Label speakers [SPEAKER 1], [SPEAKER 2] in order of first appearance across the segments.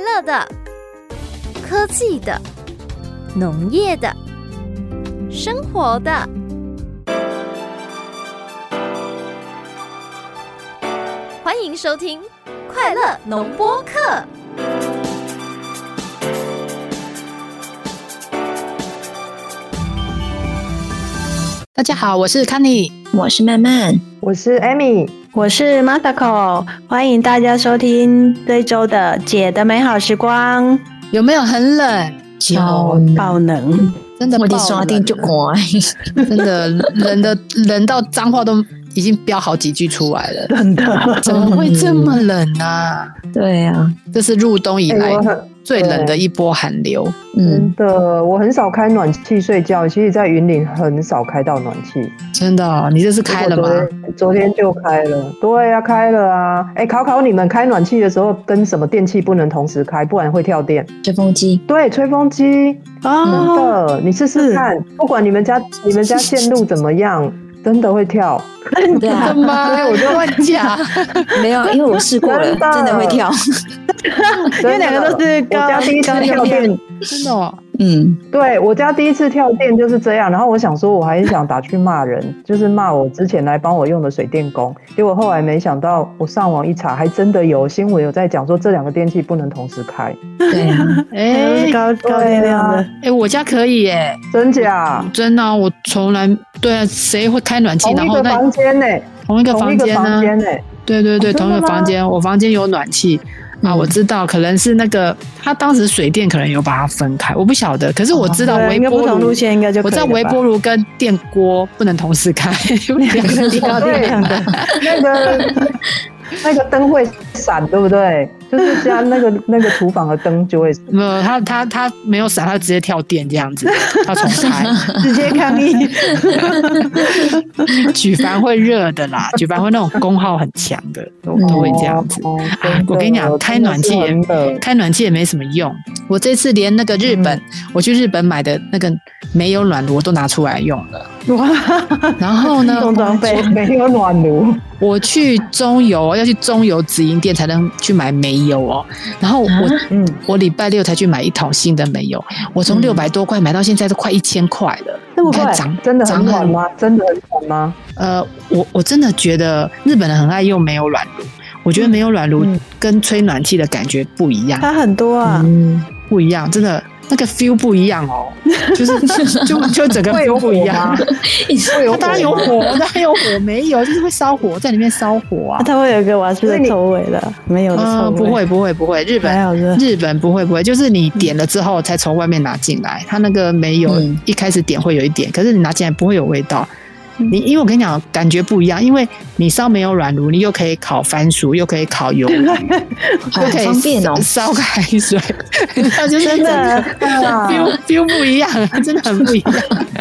[SPEAKER 1] 乐的、科技的、农业的、生活的。欢迎收听《快乐农播课》。
[SPEAKER 2] 大家好，我是康妮。
[SPEAKER 3] 我是曼曼，
[SPEAKER 4] 我是
[SPEAKER 5] 嗯
[SPEAKER 4] Amy，
[SPEAKER 5] 我是 Masako，欢哦迎大家收听这一周的《姐的美好时光》，
[SPEAKER 2] 有没有很冷？哦
[SPEAKER 3] 有
[SPEAKER 5] 爆能
[SPEAKER 2] 真的
[SPEAKER 3] 我的
[SPEAKER 2] 爆
[SPEAKER 3] 刷
[SPEAKER 2] 冷
[SPEAKER 3] 定就
[SPEAKER 2] 了
[SPEAKER 3] 乖，
[SPEAKER 2] 真的 冷的冷到脏话都已经飙好几句出来了。
[SPEAKER 5] 真的，
[SPEAKER 2] 怎么会这么冷啊？
[SPEAKER 3] 对啊，
[SPEAKER 2] 这是入冬以
[SPEAKER 4] 哎
[SPEAKER 2] 来
[SPEAKER 4] 我
[SPEAKER 5] 嗯
[SPEAKER 4] 很
[SPEAKER 2] 最冷的一波寒流。
[SPEAKER 3] 嗯，
[SPEAKER 4] 真的，我很少开暖气睡觉。其实，在云林很少开到暖气。
[SPEAKER 2] 真的哦、你这是开了吗
[SPEAKER 4] 我？昨天昨天就开了。对呀、啊，开了啊！哎，考考你们，开暖气的时候跟什么电器不能同时开，不然会跳电？
[SPEAKER 3] 吹风机，
[SPEAKER 4] 对，吹风机。真
[SPEAKER 5] 哦，
[SPEAKER 4] 的，你试试看，不管你们 家你们家线路怎么样，真的会跳。
[SPEAKER 3] 对 啊
[SPEAKER 2] 真，的 吗？哎我就乱讲。
[SPEAKER 3] 没有，因为我试过了，
[SPEAKER 4] 真的
[SPEAKER 3] 真的会跳，
[SPEAKER 5] 因为两个都是
[SPEAKER 4] 真的我
[SPEAKER 5] 高
[SPEAKER 4] 家第一次
[SPEAKER 5] 高
[SPEAKER 4] 跳电，
[SPEAKER 2] 真的、哦，
[SPEAKER 3] 嗯，
[SPEAKER 4] 对我家第一次跳电就是这样，然后我想说，我还想打去骂人， 就是骂我之前来帮我用的水电工。结果后来没想到，我上网一查，还真的有新闻有在讲说这两个电器不能同时开，
[SPEAKER 3] 对啊，
[SPEAKER 2] 哎、
[SPEAKER 5] 两个都是高啊高电量的，
[SPEAKER 2] 哎、我家可以耶、
[SPEAKER 4] 真假？
[SPEAKER 2] 真的啊、我从来对啊，谁会开暖气？
[SPEAKER 4] 同
[SPEAKER 2] 然
[SPEAKER 4] 一
[SPEAKER 2] 后
[SPEAKER 4] 个
[SPEAKER 2] 那
[SPEAKER 4] 房间呢、
[SPEAKER 2] 同一个
[SPEAKER 4] 同
[SPEAKER 2] 房
[SPEAKER 4] 一个
[SPEAKER 2] 间呢、
[SPEAKER 4] 房间呢、
[SPEAKER 2] 对对对，
[SPEAKER 4] 哦真
[SPEAKER 2] 同
[SPEAKER 4] 的
[SPEAKER 2] 一个房
[SPEAKER 4] 吗
[SPEAKER 2] 间，我房间有暖气啊，
[SPEAKER 3] 嗯
[SPEAKER 2] 我知道，可能是那个他当时水电可能有把它分开，我不晓得，可是我知道
[SPEAKER 5] 哦对，
[SPEAKER 2] 微
[SPEAKER 5] 应该不
[SPEAKER 2] 波
[SPEAKER 5] 同
[SPEAKER 2] 炉
[SPEAKER 5] 路，线应该就可
[SPEAKER 2] 我
[SPEAKER 5] 以
[SPEAKER 2] 知道
[SPEAKER 5] 了吧
[SPEAKER 2] 微波炉跟电锅不能同时开，有两个地
[SPEAKER 5] 高
[SPEAKER 2] 方
[SPEAKER 5] 电量的，
[SPEAKER 4] 那 个那个灯会闪，对不对？就 是家那个那个厨房的灯就会闪
[SPEAKER 2] 没有，他他他没有闪，他直接跳电这样子，他重开，
[SPEAKER 5] 直接抗议，
[SPEAKER 2] 举凡会热的啦，举凡会那种功耗很强的，都
[SPEAKER 5] 嗯
[SPEAKER 2] 都 会这样子。
[SPEAKER 4] 哦
[SPEAKER 2] 啊我跟你讲开暖气也
[SPEAKER 4] 真的 是
[SPEAKER 2] 开暖气也没什么用。我这次连那个日
[SPEAKER 5] 嗯
[SPEAKER 2] 本，我去日本买的那个没有暖炉都拿出来用了。
[SPEAKER 5] 哇，
[SPEAKER 2] 然后呢，
[SPEAKER 5] 送装备
[SPEAKER 4] 很冷，没有暖炉。
[SPEAKER 2] 我去中油要去中油直营店才能去买煤油哦。然后我、
[SPEAKER 3] 啊
[SPEAKER 4] 嗯，
[SPEAKER 2] 我礼拜六才去买一桶新的煤油，我从
[SPEAKER 3] 嗯
[SPEAKER 2] 六百多块买到现在都快一千块了。
[SPEAKER 5] 那么
[SPEAKER 2] 你看
[SPEAKER 5] 快，
[SPEAKER 2] 涨
[SPEAKER 4] 真的很
[SPEAKER 2] 涨
[SPEAKER 4] 暖吗？真的很暖吗？
[SPEAKER 2] 呃，我我真的觉得日本人很爱用没有暖炉，我觉得没有暖炉
[SPEAKER 4] 嗯
[SPEAKER 2] 跟吹暖气的感觉不一样，
[SPEAKER 5] 它很多啊，
[SPEAKER 3] 嗯，
[SPEAKER 2] 不一样，真的那个 feel 不一样哦，就是 就就整个
[SPEAKER 4] 会有
[SPEAKER 2] feel
[SPEAKER 4] 火
[SPEAKER 2] 不一样
[SPEAKER 4] 吗。会有
[SPEAKER 2] 它当然有
[SPEAKER 4] 吗
[SPEAKER 2] 火，当然有火， 没有就是会烧火，在里面烧火啊
[SPEAKER 5] 啊。它会有一个瓦斯
[SPEAKER 4] 所
[SPEAKER 5] 的
[SPEAKER 4] 以你
[SPEAKER 5] 臭味的，没
[SPEAKER 4] 啊
[SPEAKER 5] 有的臭
[SPEAKER 2] 嗯，不
[SPEAKER 5] 味，
[SPEAKER 2] 会不会不会，日
[SPEAKER 5] 还
[SPEAKER 2] 本
[SPEAKER 5] 好热，
[SPEAKER 2] 日本不会不会，就是你点了之后才从外面拿进来，它那个没有、
[SPEAKER 3] 嗯
[SPEAKER 2] 一开始点会有一点，可是你拿进来不会有味道。
[SPEAKER 3] 嗯
[SPEAKER 2] 你因为我跟你讲，感觉不一样，因为你烧没有软炉，你又可以烤番薯，又可以烤鱿鱼，
[SPEAKER 3] 好
[SPEAKER 2] 又可以
[SPEAKER 3] 方便哦，
[SPEAKER 2] 烧烧开水， 那就是
[SPEAKER 5] 真的。
[SPEAKER 2] feel feel 不一样，啊 真的很不一样。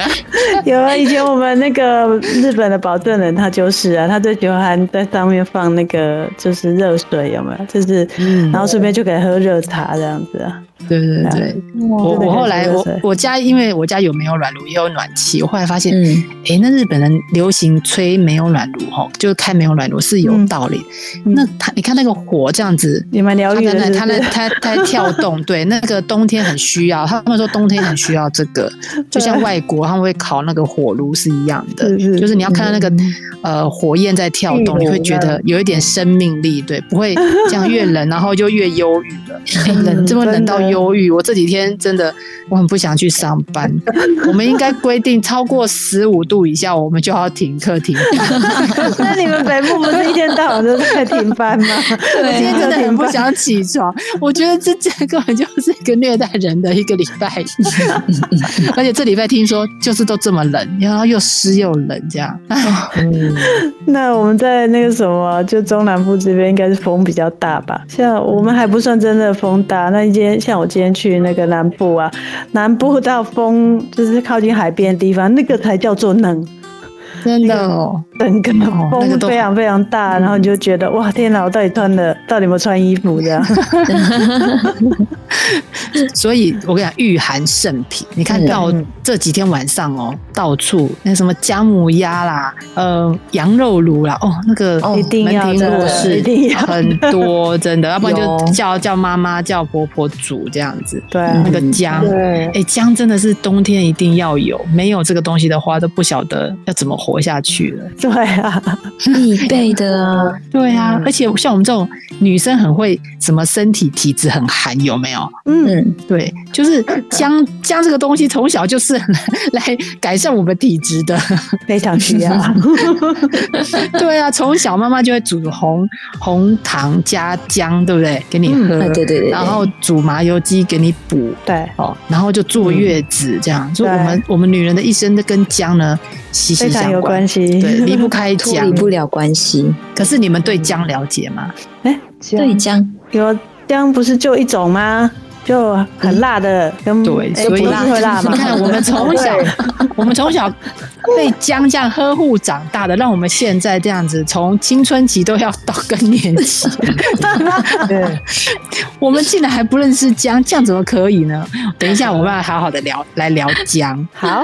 [SPEAKER 5] 有啊，以前我们那个日本的保证人他就是啊，他最喜欢在上面放那个就是热水，有没有？就是，
[SPEAKER 2] 嗯
[SPEAKER 5] 然后顺便就给他喝热茶这样子啊。
[SPEAKER 2] 对对对，我我
[SPEAKER 5] 真的可以
[SPEAKER 2] 后来
[SPEAKER 5] 喝热
[SPEAKER 2] 我
[SPEAKER 5] 水
[SPEAKER 2] 我家因为我家有没有暖炉也有暖气，我后来发现，
[SPEAKER 3] 嗯，
[SPEAKER 2] 诶，那日本人流行吹煤油暖炉吼，就是开煤油暖炉是有道理。
[SPEAKER 5] 嗯
[SPEAKER 2] 那他你看那个火这样子，
[SPEAKER 5] 你蛮
[SPEAKER 2] 它
[SPEAKER 5] 疗愈
[SPEAKER 2] 在
[SPEAKER 5] 的
[SPEAKER 2] 那
[SPEAKER 5] 是
[SPEAKER 2] 它
[SPEAKER 5] 不
[SPEAKER 2] 在
[SPEAKER 5] 是，
[SPEAKER 2] 它它在跳动，对，那个冬天很需要。他们说冬天很需要这个，就像外国他们会烤那个火炉是一样的，
[SPEAKER 5] 是是
[SPEAKER 2] 就是你要看到那个呃火焰在跳动，
[SPEAKER 4] 壁炉
[SPEAKER 2] 你会觉得有一点生命力，对，不会这样越冷然后就越忧郁了，诶冷
[SPEAKER 5] 嗯
[SPEAKER 2] 这么冷到忧郁。我这几天真的我很不想去上班，我们应该规定超过十五度以下我们就要停课停班。
[SPEAKER 5] 那你们北部不是一天到晚都在停班吗？
[SPEAKER 2] 我今
[SPEAKER 5] 对
[SPEAKER 2] 天
[SPEAKER 5] 啊
[SPEAKER 2] 真的很不想起床，我觉得这这根本就是一个虐待人的一个礼拜， 而且这礼拜听说就是都这么冷，然后又湿又冷这样。啊
[SPEAKER 4] 嗯，
[SPEAKER 5] 那我们在那个什么，就中南部这边应该是风比较大吧？像我们还不算真的风大，那今天像我今天去那个南部啊，南部到风就是靠近海边的地方，那个才叫做冷。
[SPEAKER 2] 真的哦，
[SPEAKER 5] 整个
[SPEAKER 2] 哦那个
[SPEAKER 5] 风
[SPEAKER 2] 都嗯
[SPEAKER 5] 非常非常大，然后你就觉得哇，天哪，我到底穿了，到底有没有穿衣服这样？
[SPEAKER 2] 所以我跟你讲，御寒圣品。你
[SPEAKER 5] 嗯
[SPEAKER 2] 看到这几天晚上哦，到处那什么姜母鸭啦，呃，羊肉炉啦，哦，那个
[SPEAKER 3] 哦
[SPEAKER 5] 一定要
[SPEAKER 2] 门庭若
[SPEAKER 5] 的，
[SPEAKER 2] 市
[SPEAKER 5] 一定要
[SPEAKER 2] 很多，真的，要不然就
[SPEAKER 3] 有
[SPEAKER 2] 叫叫妈妈、叫婆婆煮这样子。
[SPEAKER 5] 对啊，
[SPEAKER 2] 那个姜，
[SPEAKER 4] 对
[SPEAKER 2] 哎、，姜真的是冬天一定要有，没有这个东西的话，都不晓得要怎么活下去了。
[SPEAKER 5] 对啊，
[SPEAKER 3] 嗯必备的啊，
[SPEAKER 2] 对
[SPEAKER 5] 嗯
[SPEAKER 2] 啊，而且像我们这种女生很会什么身体体质很寒，有没有？
[SPEAKER 5] 嗯，
[SPEAKER 3] 嗯，
[SPEAKER 2] 对， 就是姜姜这个东西从小就是来 来改善我们体质的。
[SPEAKER 5] 非常啊需要。
[SPEAKER 2] 对啊，从小妈妈就会煮红红糖加姜，对不对？给你
[SPEAKER 5] 嗯
[SPEAKER 2] 喝，
[SPEAKER 3] 啊对对对对，
[SPEAKER 2] 然后煮麻油鸡给你补。
[SPEAKER 5] 对，
[SPEAKER 2] 哦，然后就坐
[SPEAKER 5] 嗯
[SPEAKER 2] 月子这样，所以我们我们女人的一生都跟姜呢息息
[SPEAKER 5] 非常
[SPEAKER 2] 相
[SPEAKER 5] 有关系。
[SPEAKER 2] 对，离不开
[SPEAKER 3] 脱
[SPEAKER 2] 姜
[SPEAKER 3] 离。不了关系。
[SPEAKER 2] 可是你们对姜了解吗？
[SPEAKER 3] 对姜，
[SPEAKER 5] 有姜不是就一种吗？就很辣的，跟
[SPEAKER 2] 对，
[SPEAKER 5] 哎
[SPEAKER 2] 所以
[SPEAKER 5] 不是会辣
[SPEAKER 2] 你
[SPEAKER 5] 吗？
[SPEAKER 2] 看，我们从小， 我们从小被姜这样呵护长大的，让我们现在这样子，从青春期都要到更年期，
[SPEAKER 4] 对，
[SPEAKER 2] 我们竟然还不认识姜，这样怎么可以呢？等一下，我们要好好的聊，来聊姜。
[SPEAKER 5] 好，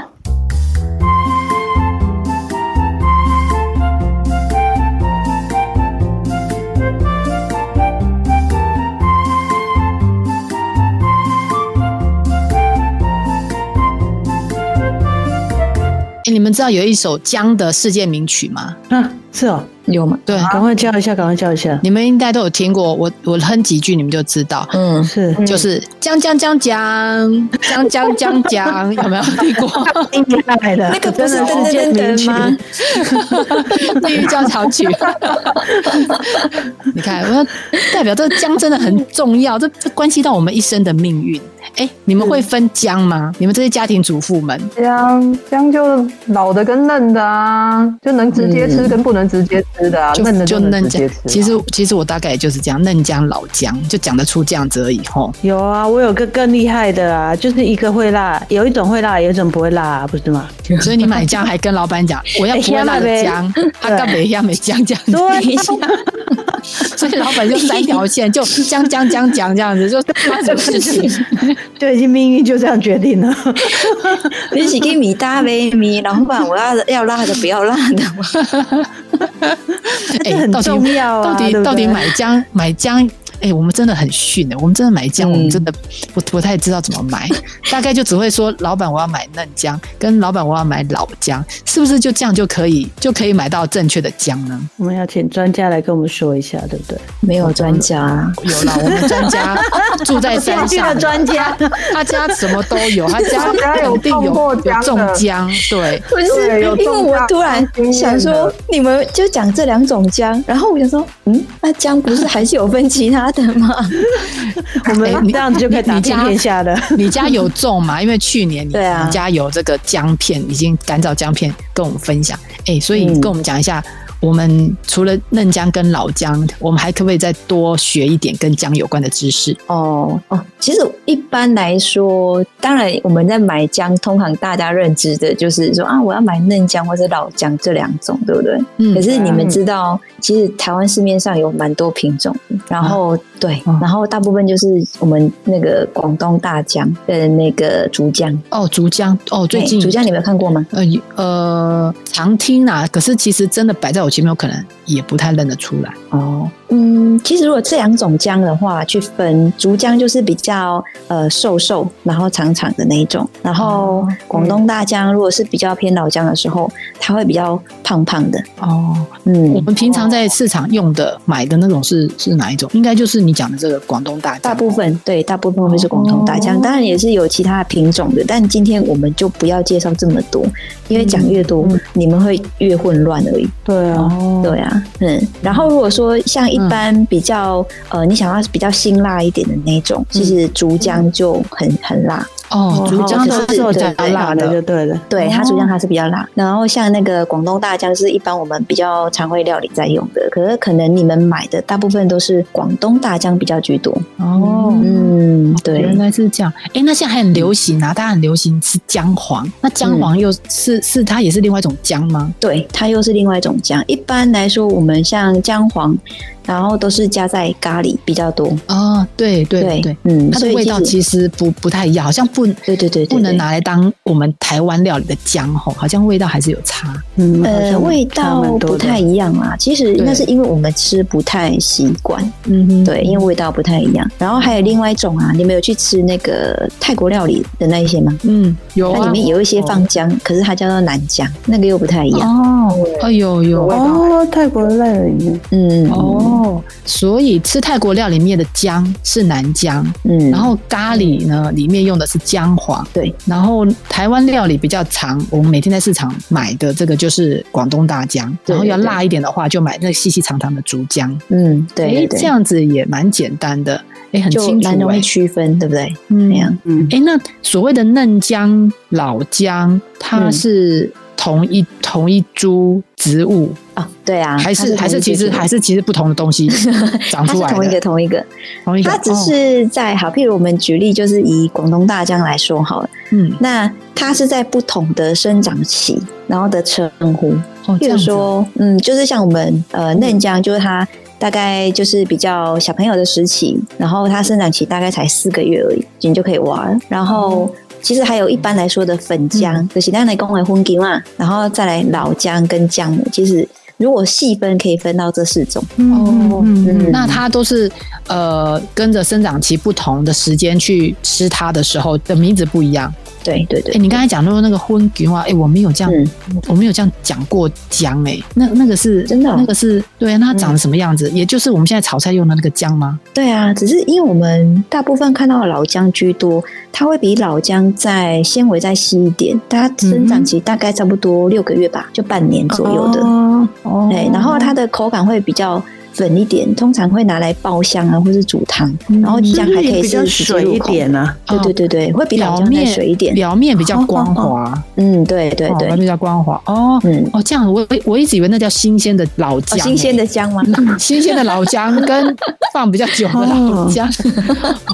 [SPEAKER 2] 哎，你们知道有一首姜的世界名曲吗？
[SPEAKER 5] 啊，是哦，
[SPEAKER 3] 有吗？
[SPEAKER 2] 对，
[SPEAKER 5] 赶快叫一下，赶快叫一下，
[SPEAKER 2] 你们应该都有听过，我我哼几句你们就知道。
[SPEAKER 3] 嗯，
[SPEAKER 5] 是
[SPEAKER 2] 就是姜姜姜姜姜姜姜姜，有没有听过？
[SPEAKER 5] 应该的，
[SPEAKER 3] 那个不是
[SPEAKER 5] 真的
[SPEAKER 3] 噔
[SPEAKER 5] 世界
[SPEAKER 3] 噔
[SPEAKER 5] 名
[SPEAKER 3] 噔噔
[SPEAKER 5] 曲
[SPEAKER 3] 吗？
[SPEAKER 2] 地狱交响曲。你看，我要代表这个姜真的很重要，这这关系到我们一生的命运。哎、你们会分姜吗？你们这些家庭主妇们，
[SPEAKER 4] 姜姜就老的跟嫩的啊，就能直接吃跟不能直接吃的啊，
[SPEAKER 2] 嗯就
[SPEAKER 4] 嫩的
[SPEAKER 2] 就
[SPEAKER 4] 能
[SPEAKER 2] 嫩
[SPEAKER 4] 直
[SPEAKER 2] 姜
[SPEAKER 4] 接吃啊。。
[SPEAKER 2] 其实其实我大概也就是这样，嫩姜老姜，就讲得出这样子而已吼。
[SPEAKER 5] 有啊，我有个更厉害的啊，就是一个会辣，有一种会辣，有一种不会辣、啊，不是吗？
[SPEAKER 2] 所以你买姜还跟老板讲，我要不会辣的姜，阿干北亚美姜这样子，
[SPEAKER 5] 对，
[SPEAKER 2] 所以老板就三条线，就姜姜姜姜这样子，就发生什么事情？
[SPEAKER 5] 就已经命运就这样决定了。
[SPEAKER 3] 你是给米搭呗，米老板，我要要辣的，不要辣的。
[SPEAKER 2] 哎、
[SPEAKER 5] 这很
[SPEAKER 2] 到底
[SPEAKER 5] 重要啊
[SPEAKER 2] 到底
[SPEAKER 5] 对不对
[SPEAKER 2] 到底买姜买姜？哎、我们真的很逊的、我们真的买姜，
[SPEAKER 3] 嗯
[SPEAKER 2] 我们真的不不太知道怎么买，大概就只会说老板我要买嫩姜，跟老板我要买老姜，是不是就这样就可以就可以买到正确的姜呢？
[SPEAKER 5] 我们要请专家来跟我们说一下，对不对？
[SPEAKER 3] 没有专家，啊
[SPEAKER 2] 有啦，我们专家住在山
[SPEAKER 5] 去
[SPEAKER 2] 上
[SPEAKER 5] 的，专 家，
[SPEAKER 2] 他家什么都 有，他家
[SPEAKER 4] 他家有
[SPEAKER 2] 肯定有
[SPEAKER 4] 种过姜
[SPEAKER 2] 有
[SPEAKER 4] 的
[SPEAKER 2] 种姜，对，
[SPEAKER 3] 不是
[SPEAKER 4] 对有
[SPEAKER 3] 因为
[SPEAKER 4] 重
[SPEAKER 3] 我
[SPEAKER 4] 大
[SPEAKER 3] 突然
[SPEAKER 4] 经验
[SPEAKER 3] 想说
[SPEAKER 4] 的，
[SPEAKER 3] 你们就讲这两种姜，然后我想说，嗯，那姜不是还是有分其他的吗？
[SPEAKER 5] 我
[SPEAKER 2] 哎
[SPEAKER 5] 们
[SPEAKER 2] 你
[SPEAKER 5] 这样子就可以打
[SPEAKER 2] 你
[SPEAKER 5] 遍
[SPEAKER 2] 家
[SPEAKER 5] 天下的。
[SPEAKER 2] 你家有种嘛？因为去年你,、
[SPEAKER 3] 对啊
[SPEAKER 2] 你家有这个姜片，已经干燥姜片跟我们分享。哎、所以你
[SPEAKER 3] 嗯
[SPEAKER 2] 跟我们讲一下，我们除了嫩姜跟老姜，我们还可不可以再多学一点跟姜有关的知识？
[SPEAKER 3] 哦哦，其实一般来说，当然我们在买姜，通常大家认知的就是说啊，我要买嫩姜或是老姜这两种，对不对？
[SPEAKER 2] 嗯
[SPEAKER 3] 可是你们知道，其实台湾市面上有蛮多品种的，然后、对，
[SPEAKER 2] 嗯
[SPEAKER 3] 然后大部分就是我们那个广东大姜跟那个竹姜。
[SPEAKER 2] 哦，竹姜哦，最
[SPEAKER 3] 哎
[SPEAKER 2] 近
[SPEAKER 3] 竹姜你没有看过吗？
[SPEAKER 2] 呃呃常听啊，可是其实真的摆在我前面，我可能也不太认得出来。
[SPEAKER 3] 哦，嗯，其实如果这两种姜的话，去分竹姜就是比较呃瘦瘦，然后长长的那一种，然后广东大姜如果是比较偏老姜的时候，它会比较胖胖的。
[SPEAKER 2] 哦，我
[SPEAKER 3] 嗯，
[SPEAKER 2] 们平常在市场用的、买的那种是是哪一种？应该就是你讲的这个广东大
[SPEAKER 3] 大
[SPEAKER 2] 姜。
[SPEAKER 3] 部分对，大部分会是广东大姜，当然也是有其他的品种的，但今天我们就不要介绍这么多，因为讲越多、你们会越混乱而已。
[SPEAKER 5] 对啊，
[SPEAKER 2] 哦，
[SPEAKER 3] 对啊，嗯，然后如果说像一般比较、呃，你想要比较辛辣一点的那种，其实竹姜就很很辣，
[SPEAKER 2] 哦，竹姜都
[SPEAKER 3] 哦
[SPEAKER 2] 是有
[SPEAKER 3] 对
[SPEAKER 2] 加
[SPEAKER 3] 对对
[SPEAKER 2] 辣
[SPEAKER 5] 辣的
[SPEAKER 2] 的
[SPEAKER 5] 就对了。
[SPEAKER 3] 对，它
[SPEAKER 2] 哦
[SPEAKER 3] 竹姜它是比较辣。然后像那个广东大姜是一般我们比较常会料理在用的，可是可能你们买的大部分都是广东大姜比较居多。
[SPEAKER 2] 哦
[SPEAKER 3] 嗯，
[SPEAKER 2] 原
[SPEAKER 3] 对。
[SPEAKER 2] 来是这样。哎，那现在还很流行啊，大家很流行吃姜黄。那姜黄又是、是它也是另外一种姜吗？
[SPEAKER 3] 对，它又是另外一种姜。一般来说，我们像姜黄，然后都是加在咖喱比较多。
[SPEAKER 2] 哦，对对对对，
[SPEAKER 3] 嗯，
[SPEAKER 2] 它
[SPEAKER 3] 所
[SPEAKER 2] 的
[SPEAKER 3] 以
[SPEAKER 2] 味道
[SPEAKER 3] 实
[SPEAKER 2] 其实不不太一样，好像不
[SPEAKER 3] 对对对对
[SPEAKER 2] 不能
[SPEAKER 3] 对
[SPEAKER 2] 拿来当我们台湾料理的姜吼，好像味道还是有差。
[SPEAKER 5] 嗯，好
[SPEAKER 3] 呃
[SPEAKER 5] 像
[SPEAKER 3] 味
[SPEAKER 5] 差
[SPEAKER 3] 道
[SPEAKER 5] 蛮多
[SPEAKER 3] 不
[SPEAKER 5] 的
[SPEAKER 3] 太一样啦。其实
[SPEAKER 2] 对
[SPEAKER 3] 那是因为我们吃不太习惯，
[SPEAKER 2] 嗯哼，
[SPEAKER 3] 对，因为味道不太一样。然后还有另外一种啊，你们有去吃那个泰国料理的那一些吗？
[SPEAKER 2] 嗯，有
[SPEAKER 3] 它
[SPEAKER 2] 啊
[SPEAKER 3] 里，面有一些放姜，可是它叫做南姜，那个又不太一样。
[SPEAKER 2] 哦，哎有有
[SPEAKER 5] 哦，泰国料理里面
[SPEAKER 3] 嗯，
[SPEAKER 2] 哦，所以吃泰国料里面的姜是南姜，
[SPEAKER 3] 嗯，
[SPEAKER 2] 然后咖喱呢里面用的是姜黄，
[SPEAKER 3] 对，
[SPEAKER 2] 然后台湾料理比较常，我们每天在市场买的这个就是广东大姜，
[SPEAKER 3] 对
[SPEAKER 2] 然后要
[SPEAKER 3] 对
[SPEAKER 2] 辣一点的话就买那个细细长长的竹姜，
[SPEAKER 3] 嗯，对对
[SPEAKER 2] 诶
[SPEAKER 3] 对，
[SPEAKER 2] 这样子也蛮简单的，哎，很
[SPEAKER 3] 就
[SPEAKER 2] 清楚、
[SPEAKER 3] 蛮容易
[SPEAKER 2] 诶
[SPEAKER 3] 区分，对不对？
[SPEAKER 2] 嗯
[SPEAKER 3] 那样，
[SPEAKER 5] 嗯，
[SPEAKER 2] 哎，那所谓的嫩姜、老姜，它
[SPEAKER 3] 嗯
[SPEAKER 2] 是同一、同一株植物，
[SPEAKER 3] 哦，对啊，
[SPEAKER 2] 还
[SPEAKER 3] 它
[SPEAKER 2] 是还
[SPEAKER 3] 同
[SPEAKER 2] 是
[SPEAKER 3] 一
[SPEAKER 2] 其
[SPEAKER 3] 个
[SPEAKER 2] 实
[SPEAKER 3] 族
[SPEAKER 2] 还是其实不同的东西长
[SPEAKER 3] 它
[SPEAKER 2] 出
[SPEAKER 3] 是
[SPEAKER 2] 来的？
[SPEAKER 3] 同一个同一个，
[SPEAKER 2] 同一个，
[SPEAKER 3] 它只
[SPEAKER 2] 哦
[SPEAKER 3] 是在好，譬如我们举例，就是以广东大姜来说好了，
[SPEAKER 2] 嗯，
[SPEAKER 3] 那它是在不同的生长期，然后的称呼，
[SPEAKER 2] 哦，这
[SPEAKER 3] 譬
[SPEAKER 2] 样
[SPEAKER 3] 如
[SPEAKER 2] 子哦，
[SPEAKER 3] 说，嗯，就是像我们呃嫩姜，就是它大概就是比较小朋友的时期，然后它生长期大概才四个月而已，你就可以挖了。然后
[SPEAKER 2] 哦
[SPEAKER 3] 其实还有一般来说的粉
[SPEAKER 2] 嗯
[SPEAKER 3] 姜，就是咱来讲的荤姜嘛，然后再来老姜跟姜母，其实如果细分可以分到这四种。
[SPEAKER 2] 哦
[SPEAKER 5] 嗯
[SPEAKER 3] 嗯
[SPEAKER 2] 那它都是呃跟着生长期不同的时间去吃它的时候的名字不一样。
[SPEAKER 3] 对对
[SPEAKER 2] 哎、
[SPEAKER 3] 对，
[SPEAKER 2] 你刚才讲到那个荤饼啊，哎、我没有这样，
[SPEAKER 3] 嗯，
[SPEAKER 2] 我没有这样讲过姜哎、那那个是
[SPEAKER 3] 真的哦嗯
[SPEAKER 2] 那个是对啊，那它长得什么样子？也就是我们现在炒菜用的那个姜吗？
[SPEAKER 3] 对啊，只是因为我们大部分看到的老姜居多，它会比老姜在纤维再细一点，它
[SPEAKER 2] 嗯
[SPEAKER 3] 生
[SPEAKER 2] 哼
[SPEAKER 3] 长期大概差不多六个月吧，就半年左右的。
[SPEAKER 2] 哦，哦
[SPEAKER 3] 对，然后它的口感会比较粉一点，通常会拿来爆香啊，或是煮汤，
[SPEAKER 2] 嗯
[SPEAKER 3] 然后
[SPEAKER 5] 是
[SPEAKER 3] 姜
[SPEAKER 5] 不
[SPEAKER 3] 还
[SPEAKER 5] 是
[SPEAKER 3] 可
[SPEAKER 5] 也
[SPEAKER 3] 以
[SPEAKER 5] 比较
[SPEAKER 3] 是直接
[SPEAKER 5] 水
[SPEAKER 3] 入
[SPEAKER 5] 一
[SPEAKER 3] 口。
[SPEAKER 5] 点啊？
[SPEAKER 3] 对对对对，会比老姜再水一点。
[SPEAKER 2] 表哦面比较光滑，
[SPEAKER 3] 嗯，对哦对
[SPEAKER 2] 哦
[SPEAKER 3] 对
[SPEAKER 2] 表面，比较光滑哦。
[SPEAKER 3] 嗯，
[SPEAKER 2] 哦，这样我我我一直以为那叫新鲜的老姜
[SPEAKER 3] 哦，
[SPEAKER 2] 欸、
[SPEAKER 3] 新鲜的姜吗？
[SPEAKER 2] 新鲜的老姜跟放比较久的老姜，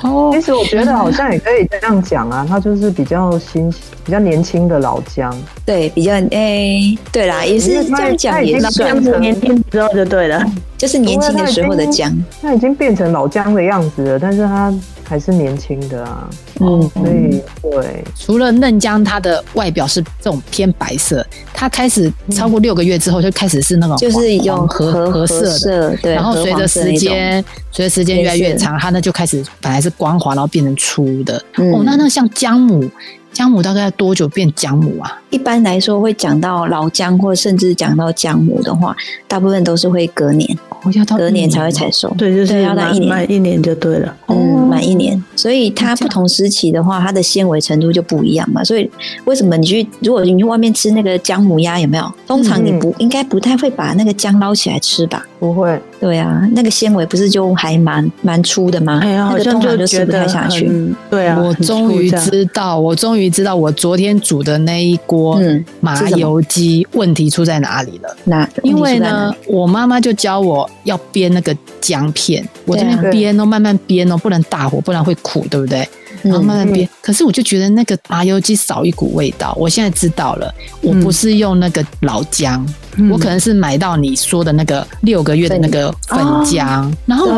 [SPEAKER 2] 哦
[SPEAKER 4] 其实我觉得好像也可以这样讲啊，它就是比较新、比较年轻的老姜，
[SPEAKER 3] 对，比较诶，对啦，也是
[SPEAKER 4] 因为
[SPEAKER 3] 这
[SPEAKER 4] 它
[SPEAKER 3] 样
[SPEAKER 4] 它
[SPEAKER 3] 讲
[SPEAKER 4] 已
[SPEAKER 3] 也
[SPEAKER 4] 经
[SPEAKER 3] 算
[SPEAKER 4] 变，成
[SPEAKER 5] 年轻之后就对了，
[SPEAKER 3] 就是年轻的时候的姜。
[SPEAKER 4] 它已经变成老姜的样子了，但是它还是年轻的啊，
[SPEAKER 3] 嗯，
[SPEAKER 4] 所以对，
[SPEAKER 2] 除了嫩姜，它的外表是这种偏白色，它开始超过六个月之后就开始是那种
[SPEAKER 3] 就是一种
[SPEAKER 2] 黄褐褐色的，
[SPEAKER 3] 色，对，
[SPEAKER 2] 然后
[SPEAKER 3] 和
[SPEAKER 2] 随
[SPEAKER 3] 黄
[SPEAKER 2] 着
[SPEAKER 3] 色那
[SPEAKER 2] 时
[SPEAKER 3] 种，
[SPEAKER 2] 间，随着时间越来越长，它呢就开始本来是光滑，然后变成粗的。
[SPEAKER 3] 嗯
[SPEAKER 2] 哦，那那像姜母，姜母大概要多久变姜母啊？
[SPEAKER 3] 一般来说会讲到老姜，或甚至讲到姜母的话，大部分都是会隔年，
[SPEAKER 2] 哦，要到
[SPEAKER 3] 隔
[SPEAKER 2] 一
[SPEAKER 3] 年才会
[SPEAKER 2] 哦
[SPEAKER 3] 采收。
[SPEAKER 5] 对，就是
[SPEAKER 3] 要到
[SPEAKER 5] 满
[SPEAKER 3] 一年。
[SPEAKER 5] 满一年就对了。
[SPEAKER 3] 嗯，满一年，所以它不同时期的话，它的纤维程度就不一样嘛。所以为什么你去，如果你去外面吃那个姜母鸭，有没有？通常你
[SPEAKER 5] 嗯
[SPEAKER 3] 不、应该不太会把那个姜捞起来吃吧？
[SPEAKER 4] 不会，
[SPEAKER 3] 对啊，那个纤维不是就还蛮蛮粗的吗？
[SPEAKER 5] 哎呀，
[SPEAKER 3] 那
[SPEAKER 5] 好
[SPEAKER 3] 个
[SPEAKER 5] 像
[SPEAKER 3] 通常
[SPEAKER 5] 就
[SPEAKER 3] 吃
[SPEAKER 5] 觉
[SPEAKER 3] 不太
[SPEAKER 5] 得
[SPEAKER 3] 下去。
[SPEAKER 5] 很对啊，
[SPEAKER 2] 我
[SPEAKER 5] 很
[SPEAKER 2] 终
[SPEAKER 5] 粗
[SPEAKER 2] 于
[SPEAKER 5] 这样
[SPEAKER 2] 知道，我终于知道，我昨天煮的那一锅
[SPEAKER 3] 嗯，
[SPEAKER 2] 麻
[SPEAKER 3] 是什么
[SPEAKER 2] 油鸡问题出在哪里了。
[SPEAKER 3] 那
[SPEAKER 2] 因为
[SPEAKER 3] 问题出在哪
[SPEAKER 2] 呢
[SPEAKER 3] 里，
[SPEAKER 2] 我妈妈就教我要煸那个姜片，我这
[SPEAKER 3] 对
[SPEAKER 2] 边煸
[SPEAKER 4] 啊
[SPEAKER 2] 哦，慢慢煸哦，不能大火，不然会苦，对不对？
[SPEAKER 3] 嗯
[SPEAKER 2] 然后慢慢煸。可是我就觉得那个麻油鸡少一股味道，我现在知道了，我
[SPEAKER 5] 嗯
[SPEAKER 2] 不是用那个老姜，
[SPEAKER 5] 嗯
[SPEAKER 2] 我可能是买到你说的那个六个月的那个粉姜，然后。
[SPEAKER 3] 对。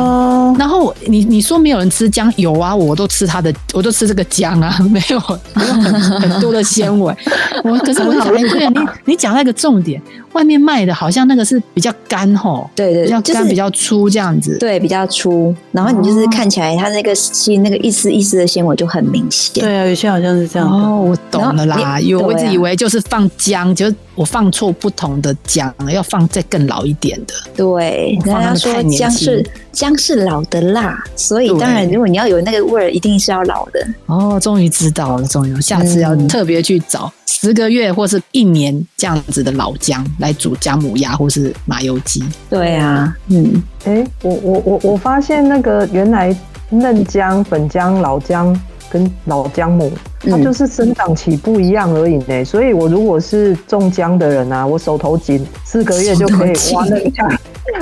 [SPEAKER 5] 哦，
[SPEAKER 2] 然后你你说没有人吃姜，有啊，我都吃它的，我都吃这个姜啊， 没有没有很很多的纤维。我可是我想，哎 对你你讲那个重点，外面卖的好像那个是比较干吼，
[SPEAKER 3] 对
[SPEAKER 2] 比
[SPEAKER 3] 对，
[SPEAKER 2] 较
[SPEAKER 3] 呃就
[SPEAKER 2] 干
[SPEAKER 3] 是
[SPEAKER 2] 比较粗这样子。
[SPEAKER 3] 对，比较粗，然后你就是
[SPEAKER 5] 哦
[SPEAKER 3] 看起来它那个细那个一丝一丝的纤维就很明显。
[SPEAKER 5] 对啊，有些好像是这样的。
[SPEAKER 2] 哦，我懂了
[SPEAKER 3] 然
[SPEAKER 2] 啦，
[SPEAKER 3] 后你
[SPEAKER 2] 因为我一
[SPEAKER 3] 对啊
[SPEAKER 2] 直以为就是放姜，就是我放错不同的姜，要放再更老一点的。
[SPEAKER 3] 对，
[SPEAKER 2] 哇
[SPEAKER 3] 人
[SPEAKER 2] 那
[SPEAKER 3] 家
[SPEAKER 2] 个
[SPEAKER 3] 说
[SPEAKER 2] 太年
[SPEAKER 3] 姜是姜是老的辣，所以
[SPEAKER 2] 对
[SPEAKER 3] 当然如果你要有那个味儿，一定是要老的。
[SPEAKER 2] 哦，终于知道了，终于，我下次要
[SPEAKER 3] 嗯
[SPEAKER 2] 特别去找十个月或是一年这样子的老姜来煮姜母鸭或是麻油鸡。
[SPEAKER 3] 对啊，嗯，
[SPEAKER 4] 哎，我我我我发现那个原来嫩姜、粉姜、老姜跟老姜母，它
[SPEAKER 3] 嗯
[SPEAKER 4] 就是生长期不一样而已呢。所以我如果是种姜的人啊，我手头紧，四个月就可以
[SPEAKER 2] 手头紧
[SPEAKER 4] 挖嫩姜，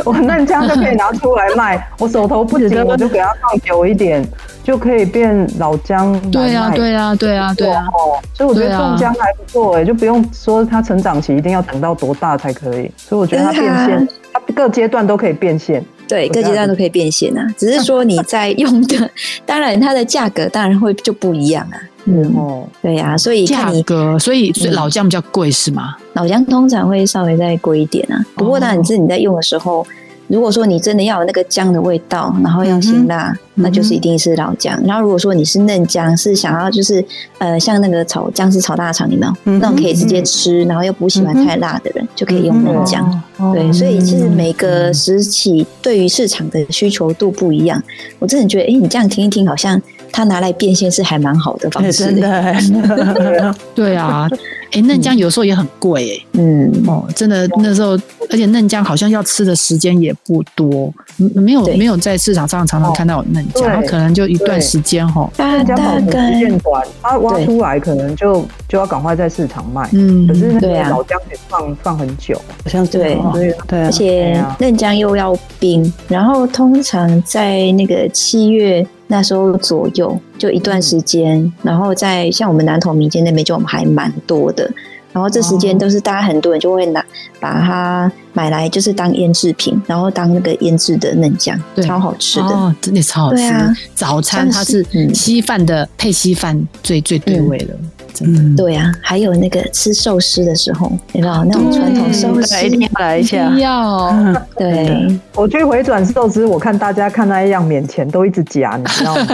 [SPEAKER 4] 我嫩姜就可以拿出来卖。我手头不紧，我就给它放久一点，就可以变老姜来
[SPEAKER 2] 对啊，
[SPEAKER 4] 卖
[SPEAKER 2] 对啊，对啊，对啊，
[SPEAKER 4] 哦，所以我觉
[SPEAKER 2] 对
[SPEAKER 4] 得
[SPEAKER 2] 啊
[SPEAKER 4] 种姜还不错哎、就不用说它成长期一定要等到多大才可以，所以我觉得它
[SPEAKER 3] 但是
[SPEAKER 4] 变
[SPEAKER 3] 它
[SPEAKER 4] 现，它各阶段都可以变现。
[SPEAKER 3] 对，
[SPEAKER 4] 我
[SPEAKER 3] 各阶
[SPEAKER 4] 知道
[SPEAKER 3] 段都可以变现啊，只是说你在用的，当然它的价格当然会就不一样啊。嗯，
[SPEAKER 4] 哦，
[SPEAKER 3] 对呀、啊，所以
[SPEAKER 2] 价
[SPEAKER 3] 看你
[SPEAKER 2] 格，所以
[SPEAKER 3] 嗯
[SPEAKER 2] 老姜比较贵是吗？
[SPEAKER 3] 老姜通常会稍微再贵一点啊。不过当然是你在用的时候，如果说你真的要有那个姜的味道，然后要辛辣，那就是一定是老姜。然后如果说你是嫩姜，是想要就是呃像那个炒姜丝炒大肠，有没有？
[SPEAKER 6] 嗯哼
[SPEAKER 3] 那种可以直接吃，然后又不喜欢
[SPEAKER 6] 嗯哼嗯
[SPEAKER 3] 太辣的人，就可以用嫩姜。
[SPEAKER 2] 哦
[SPEAKER 3] 对，嗯所以其实每
[SPEAKER 6] 哦
[SPEAKER 3] 个时期对于市场的需求度不一样。我真的觉得，哎、你这样听一听，好像它拿来变现是还蛮好的方
[SPEAKER 6] 哎
[SPEAKER 3] 式、
[SPEAKER 6] 真的欸，
[SPEAKER 2] 对 啊，哎，嫩姜有时候也很贵哎。
[SPEAKER 3] 嗯，
[SPEAKER 2] 哦，真的那时候，而且嫩姜好像要吃的时间也不多，嗯没有
[SPEAKER 3] 对
[SPEAKER 2] 没有在市场上常常看到有嫩姜，
[SPEAKER 4] 对
[SPEAKER 2] 它可能就一段
[SPEAKER 4] 对
[SPEAKER 2] 时间吼，
[SPEAKER 3] 大
[SPEAKER 4] 人家保
[SPEAKER 3] 大
[SPEAKER 4] 存
[SPEAKER 3] 概
[SPEAKER 4] 时间短，它挖
[SPEAKER 3] 对
[SPEAKER 4] 出来可能就就要赶快在市场卖。
[SPEAKER 2] 嗯，
[SPEAKER 4] 可是那
[SPEAKER 3] 对
[SPEAKER 4] 个
[SPEAKER 3] 啊
[SPEAKER 4] 老姜得放放很久，
[SPEAKER 6] 好像是
[SPEAKER 3] 对
[SPEAKER 6] 哦
[SPEAKER 4] 所以
[SPEAKER 6] 对啊
[SPEAKER 3] 而，
[SPEAKER 4] 对
[SPEAKER 3] 且
[SPEAKER 4] 啊
[SPEAKER 3] 嫩姜又要冰，然后通常在那个七月那时候左右，就一段时间，然后在像我们南投民间那边就还蛮多的。然后这时间都是大家很多人就会拿把它买来，就是当腌制品，然后当那个腌制的嫩姜，
[SPEAKER 2] 对
[SPEAKER 3] 超好吃的。
[SPEAKER 2] 哦，真的超好吃
[SPEAKER 3] 对啊。
[SPEAKER 2] 早餐它是
[SPEAKER 3] 像是嗯嗯
[SPEAKER 2] 稀饭的配稀饭最最对味了，真的。
[SPEAKER 3] 对呀、啊，还有那个吃寿司的时候，有没有那种传统寿
[SPEAKER 6] 嗯
[SPEAKER 3] 司
[SPEAKER 6] 大家？一定要来一
[SPEAKER 3] 嗯
[SPEAKER 6] 下。
[SPEAKER 2] 要
[SPEAKER 3] 对，
[SPEAKER 4] 我去回转寿司，我看大家看那样免钱都一直夹，你知道吗？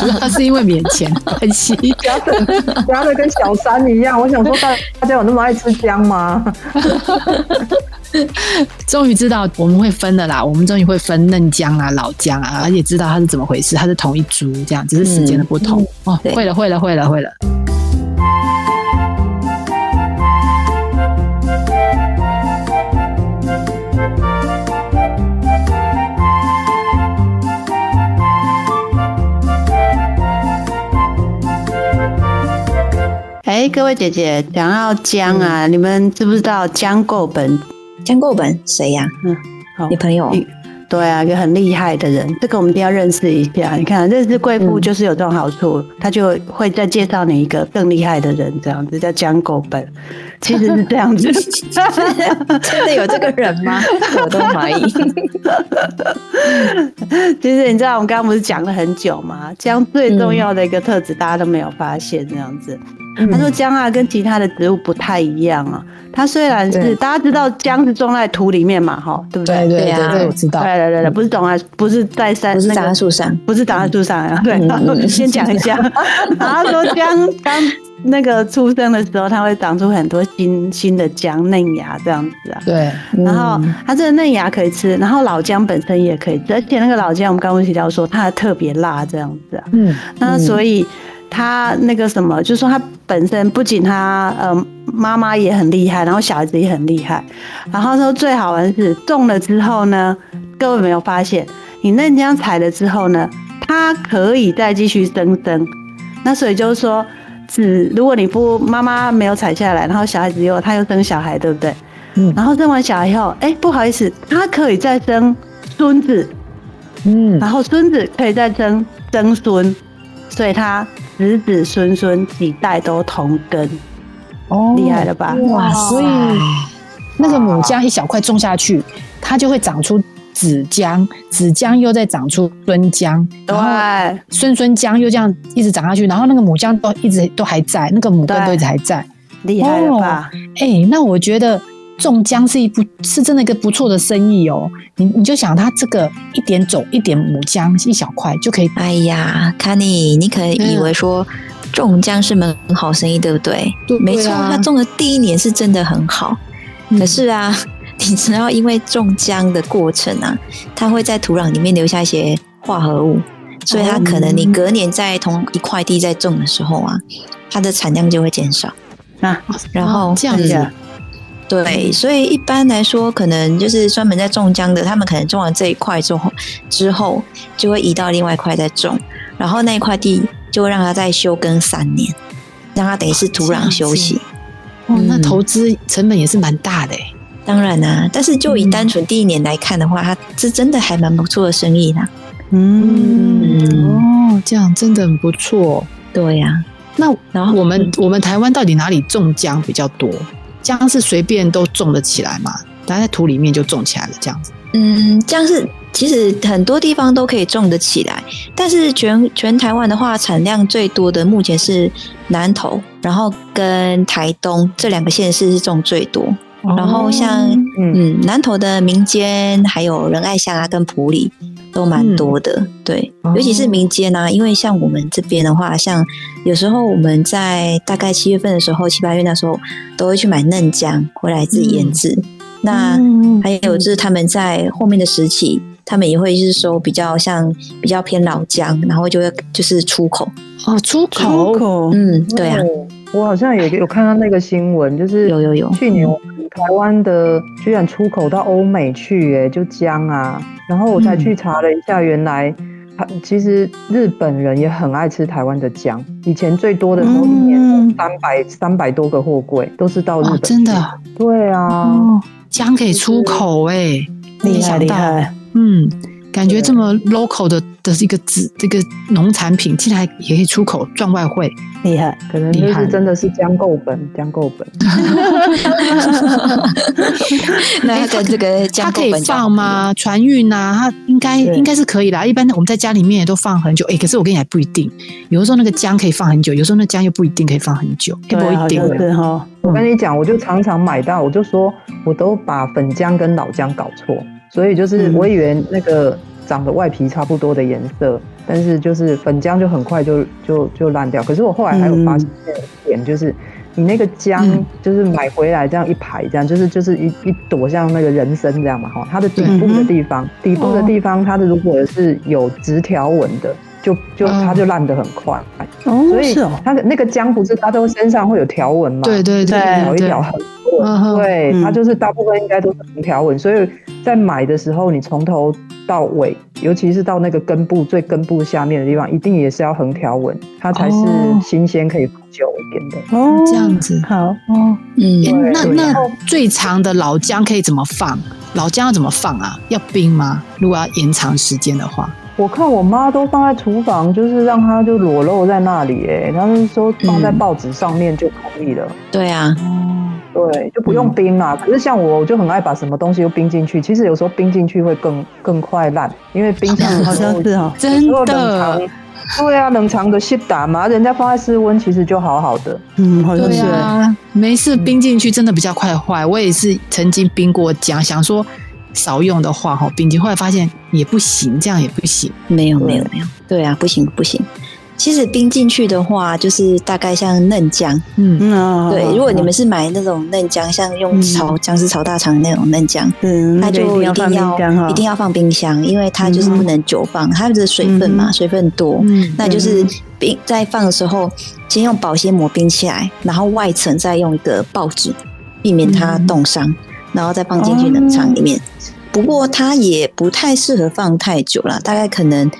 [SPEAKER 2] 主要是因为免钱关系，
[SPEAKER 4] 夹的夹的跟小三一样。我想说大，大家有那么爱吃姜吗？
[SPEAKER 2] 终于知道我们会分的啦，我们终于会分嫩姜啊、老姜啊，而且知道它是怎么回事，它是同一株这样，只是时间的不同、哦。
[SPEAKER 3] 嗯对
[SPEAKER 2] 会了，会了，会了，会了。
[SPEAKER 5] 哎，各位姐姐，讲到姜啊，你们知不知道姜够本？
[SPEAKER 3] 江构本谁呀、
[SPEAKER 5] 嗯好
[SPEAKER 3] 你朋友？
[SPEAKER 5] 你对啊，一个很厉害的人，这个我们一定要认识一下。你看，认识贵妇就是有这种好处，她就会再介绍你一个更厉害的人，这样子叫姜够本，其实是这样子。
[SPEAKER 3] 真的有这个人吗？我都怀 疑。
[SPEAKER 5] 其实你知道我们刚刚不是讲了很久吗？姜最重要的一个特质，大家都没有发现这样子。
[SPEAKER 3] 嗯
[SPEAKER 5] 他说姜啊，跟其他的植物不太一样啊。它虽然是
[SPEAKER 3] 对
[SPEAKER 5] 大家知道姜是种在土里面嘛，哈，对不对？
[SPEAKER 3] 对啊
[SPEAKER 2] 我知道。
[SPEAKER 5] 对对对对，不是种在，不是在山，
[SPEAKER 3] 不是
[SPEAKER 5] 呃那个
[SPEAKER 3] 长在树上，
[SPEAKER 5] 不是长在树上啊。对，
[SPEAKER 3] 嗯
[SPEAKER 5] 然后
[SPEAKER 3] 嗯
[SPEAKER 5] 先讲一下。 然后说姜刚那个出生的时候，它会长出很多新新的姜嫩芽这样子啊。
[SPEAKER 2] 对，
[SPEAKER 3] 嗯
[SPEAKER 5] 然后
[SPEAKER 2] 嗯
[SPEAKER 5] 它这个嫩芽可以吃，然后老姜本身也可以吃，而且那个老姜我们刚刚提到说它还特别辣这样子啊，
[SPEAKER 2] 嗯，
[SPEAKER 5] 那所以它那个什么，就是说它本身不仅它呃妈妈也很厉害，然后小孩子也很厉害，然后说最好玩的是种了之后呢，各位有没有发现，你嫩姜采了之后呢，它可以再继续增生，那所以就是说。只如果你不妈妈没有采下来，然后小孩子又他又生小孩，对不对？然后生完小孩以后，哎，不好意思，他可以再生孙子，
[SPEAKER 4] 嗯，
[SPEAKER 5] 然后孙子可以再生曾孙，所以他子子孙孙几代都同根，
[SPEAKER 2] 哦
[SPEAKER 5] 厉害了吧？
[SPEAKER 2] 哇！所以那个母姜一小块种下去，它就会长出子姜，子姜又再长出孙姜，
[SPEAKER 3] 嗯
[SPEAKER 5] 对
[SPEAKER 2] 然后孙孙姜又这样一直长下去，然后那个母姜都一直都还在，那个母根
[SPEAKER 5] 对
[SPEAKER 2] 都一直还在。
[SPEAKER 5] 厉害了吧？
[SPEAKER 2] 哎、那我觉得种姜是一不是真的一个不错的生意哦。你你就想它这个一点种一点母姜一小块就可以，
[SPEAKER 3] 哎呀，康妮，你可能以为说种姜是门好生意，对不对？
[SPEAKER 2] 嗯对
[SPEAKER 3] 没错，
[SPEAKER 2] 对啊嗯
[SPEAKER 3] 他种的第一年是真的很好，可是啊， 你知道，因为种姜的过程啊，它会在土壤里面留下一些化合物，所以它可能你
[SPEAKER 2] 哦
[SPEAKER 3] 隔年在同一块地在种的时候啊，它的产量就会减少。
[SPEAKER 5] 啊，
[SPEAKER 3] 然后、
[SPEAKER 2] 哦这样子
[SPEAKER 5] 嗯
[SPEAKER 3] 对，所以一般来说，可能就是专门在种姜的，他们可能种完这一块之后，之后就会移到另外一块再种，然后那一块地就会让它再休耕三年，让它等于是土壤休息。
[SPEAKER 2] 哦，那
[SPEAKER 3] 嗯
[SPEAKER 2] 投资成本也是蛮大的、哎。
[SPEAKER 3] 当然啦、但是就以单纯第一年来看的话，它是真的还蛮不错的生意啦。
[SPEAKER 5] 嗯，
[SPEAKER 3] 嗯，
[SPEAKER 2] 哦，这样真的很不错。哦
[SPEAKER 3] 对呀、
[SPEAKER 2] 那
[SPEAKER 3] 然后
[SPEAKER 2] 我们、我们台湾到底哪里种姜比较多？姜是随便都种得起来嘛？它在土里面就种起来了，这样子。
[SPEAKER 3] 嗯，这样是其实很多地方都可以种得起来，但是全全台湾的话，产量最多的目前是南投，然后跟台东这两个县市是种最多。然后像
[SPEAKER 4] 嗯，
[SPEAKER 3] 嗯南投的民间还有仁爱乡啊，跟埔里都蛮多的，
[SPEAKER 4] 嗯
[SPEAKER 3] 对，
[SPEAKER 4] 哦
[SPEAKER 3] 尤其是民间啊，因为像我们这边的话，像有时候我们在大概七月份的时候，七八月那时候都会去买嫩姜回来自己腌制。
[SPEAKER 4] 嗯
[SPEAKER 3] 那、还有就是他们在后面的时期，他们也会就是收比较像比较偏老姜，然后就会就是出口。
[SPEAKER 2] 哦，出口
[SPEAKER 7] 口
[SPEAKER 3] 嗯，对啊，
[SPEAKER 4] 哦。我好像也有看到那个新闻，就是
[SPEAKER 3] 有有有
[SPEAKER 4] 去年我
[SPEAKER 2] 嗯
[SPEAKER 4] 们台湾的居然出口到欧美去、哎，就姜啊，然后我才
[SPEAKER 2] 嗯
[SPEAKER 4] 去查了一下，原来他其实日本人也很爱吃台湾的姜，以前最多的时候一年
[SPEAKER 7] 嗯
[SPEAKER 4] 三百三百多个货柜都是到日
[SPEAKER 2] 哦，
[SPEAKER 4] 本，
[SPEAKER 2] 真的，啊
[SPEAKER 4] 对啊，
[SPEAKER 2] 哦，姜可以出口哎、
[SPEAKER 7] 厉
[SPEAKER 2] 没
[SPEAKER 7] 害
[SPEAKER 2] 想
[SPEAKER 7] 厉
[SPEAKER 2] 到
[SPEAKER 7] 害，
[SPEAKER 2] 嗯，感觉这么 local 的的一个子这个农产品，竟然也可以出口赚外汇，
[SPEAKER 7] 厉害，
[SPEAKER 4] 可能就是真的是姜够本，姜够本。
[SPEAKER 3] 那跟这个姜
[SPEAKER 2] 哎它可
[SPEAKER 3] 豆
[SPEAKER 2] 以
[SPEAKER 3] 本就好
[SPEAKER 2] 放？吗？船运啊，它应该
[SPEAKER 7] 对
[SPEAKER 2] 应该是可以啦。一般我们在家里面也都放很久，哎、可是我跟你讲不一定，有的时候那个姜可以放很久，有时候那姜又不一定可以放很久，也
[SPEAKER 7] 对
[SPEAKER 2] 不
[SPEAKER 7] 啊，
[SPEAKER 2] 一
[SPEAKER 7] 好
[SPEAKER 2] 定。
[SPEAKER 7] 像是哈，
[SPEAKER 4] 我跟你讲，我就常常买到，我就说我都把粉姜跟老姜搞错，所以就是
[SPEAKER 7] 嗯
[SPEAKER 4] 我以为那个长得外皮差不多的颜色，但是就是粉姜就很快就就就烂掉。可是我后来还有发现一点，就是你那个姜
[SPEAKER 2] 嗯
[SPEAKER 4] 就是买回来这样一排，这样就是就是一一朵像那个人参这样嘛哈，它的底部的地
[SPEAKER 7] 嗯
[SPEAKER 4] 方，底部的地方它的如果是有直条纹的，就就
[SPEAKER 2] 嗯
[SPEAKER 4] 它就烂得很快。所
[SPEAKER 7] 哦，
[SPEAKER 4] 以
[SPEAKER 7] 是哦，
[SPEAKER 4] 它的那个姜不是它都身上会有条纹嘛？
[SPEAKER 2] 对对
[SPEAKER 4] 就是一条一
[SPEAKER 2] 对
[SPEAKER 4] 条，很多
[SPEAKER 2] 嗯哼
[SPEAKER 4] 对，
[SPEAKER 7] 嗯
[SPEAKER 4] 它就是大部分应该都是横条纹，所以在买的时候，你从头到尾，尤其是到那个根部最根部下面的地方，一定也是要横条纹，它才是
[SPEAKER 2] 哦
[SPEAKER 4] 新鲜可以放久一点的。
[SPEAKER 7] 哦，
[SPEAKER 2] 这样子。
[SPEAKER 7] 好哦，
[SPEAKER 3] 嗯，
[SPEAKER 2] 诶
[SPEAKER 4] 对
[SPEAKER 2] 那
[SPEAKER 4] 对
[SPEAKER 2] 那最长的老姜可以怎么放？老姜要怎么放啊？要冰吗？如果要延长时间的话，
[SPEAKER 4] 我看我妈都放在厨房，就是让它就裸露在那里、哎，他们说放在
[SPEAKER 3] 嗯
[SPEAKER 4] 报纸上面就可以了。
[SPEAKER 3] 对啊，
[SPEAKER 4] 对，就不用冰啦。可是像我，我就很爱把什么东西都冰进去。其实有时候冰进去会更更快烂，因为冰箱
[SPEAKER 7] 好像是哦，
[SPEAKER 2] 真
[SPEAKER 4] 有时候
[SPEAKER 2] 的
[SPEAKER 4] 冷，藏。对啊，冷藏的西打嘛，人家放在室温其实就好好的。
[SPEAKER 7] 嗯，好像
[SPEAKER 2] 对
[SPEAKER 7] 是，
[SPEAKER 2] 啊，没事，冰进去真的比较快坏。我也是曾经冰过姜，想说少用的话哈，冰进，后来发现也不行，这样也不行。
[SPEAKER 3] 没有没有没有，对啊，不行不行。其实冰进去的话，就是大概像嫩姜。
[SPEAKER 2] 嗯，
[SPEAKER 7] 嗯啊，
[SPEAKER 3] 对
[SPEAKER 7] 好，
[SPEAKER 3] 如果你们是买那种嫩姜，像用炒姜丝炒大肠那种嫩姜，
[SPEAKER 7] 嗯，
[SPEAKER 3] 那就一定要一定
[SPEAKER 7] 要
[SPEAKER 3] 要放冰箱，因为它就是不能久放，它的水分嘛，
[SPEAKER 7] 嗯
[SPEAKER 3] 水分多，
[SPEAKER 2] 嗯
[SPEAKER 3] 那就是冰在放的时候，先用保鲜膜冰起来，然后外层再用一个报纸，避免它
[SPEAKER 2] 嗯
[SPEAKER 3] 冻伤，然后再放进去冷藏里
[SPEAKER 2] 哦
[SPEAKER 3] 面。不过它也不太适合放太久了，大概可能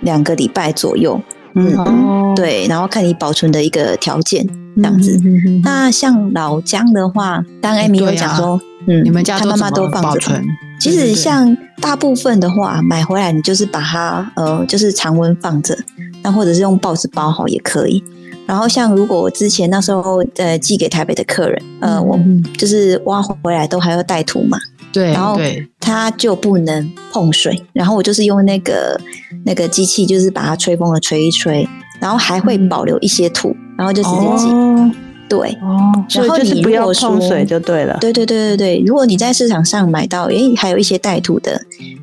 [SPEAKER 3] 两个礼拜左右。
[SPEAKER 7] 嗯
[SPEAKER 2] 哦，嗯
[SPEAKER 3] 对，然后看你保存的一个条件
[SPEAKER 2] 这
[SPEAKER 3] 这样子。那像老姜的话，刚刚艾米有讲说，嗯，
[SPEAKER 2] 啊你们家
[SPEAKER 3] 他
[SPEAKER 2] 都
[SPEAKER 3] 妈
[SPEAKER 2] 怎
[SPEAKER 3] 妈都
[SPEAKER 2] 么
[SPEAKER 3] 放
[SPEAKER 2] 保
[SPEAKER 3] 着
[SPEAKER 2] 存？
[SPEAKER 3] 其
[SPEAKER 2] 对对
[SPEAKER 3] 实
[SPEAKER 2] 对
[SPEAKER 3] 像大部分的话，买回来你就是把它呃，就是常温放着，那或者是用报纸包好也可以。然后像如果我之前那时候呃寄给台北的客人，呃，我
[SPEAKER 2] 嗯
[SPEAKER 3] 就是挖回来都还要带土嘛，
[SPEAKER 2] 对
[SPEAKER 3] 然后
[SPEAKER 2] 对，
[SPEAKER 3] 它就不能碰水。然后我就是用那个那个机器，就是把它吹风了吹一吹，然后还
[SPEAKER 2] 嗯
[SPEAKER 3] 会保留一些土，然后就直接寄。
[SPEAKER 7] 哦
[SPEAKER 3] 对，
[SPEAKER 7] 哦，所以就是不要碰水就对了，
[SPEAKER 3] 对对对对对，如果你在市场上买到，诶，还有一些带土的，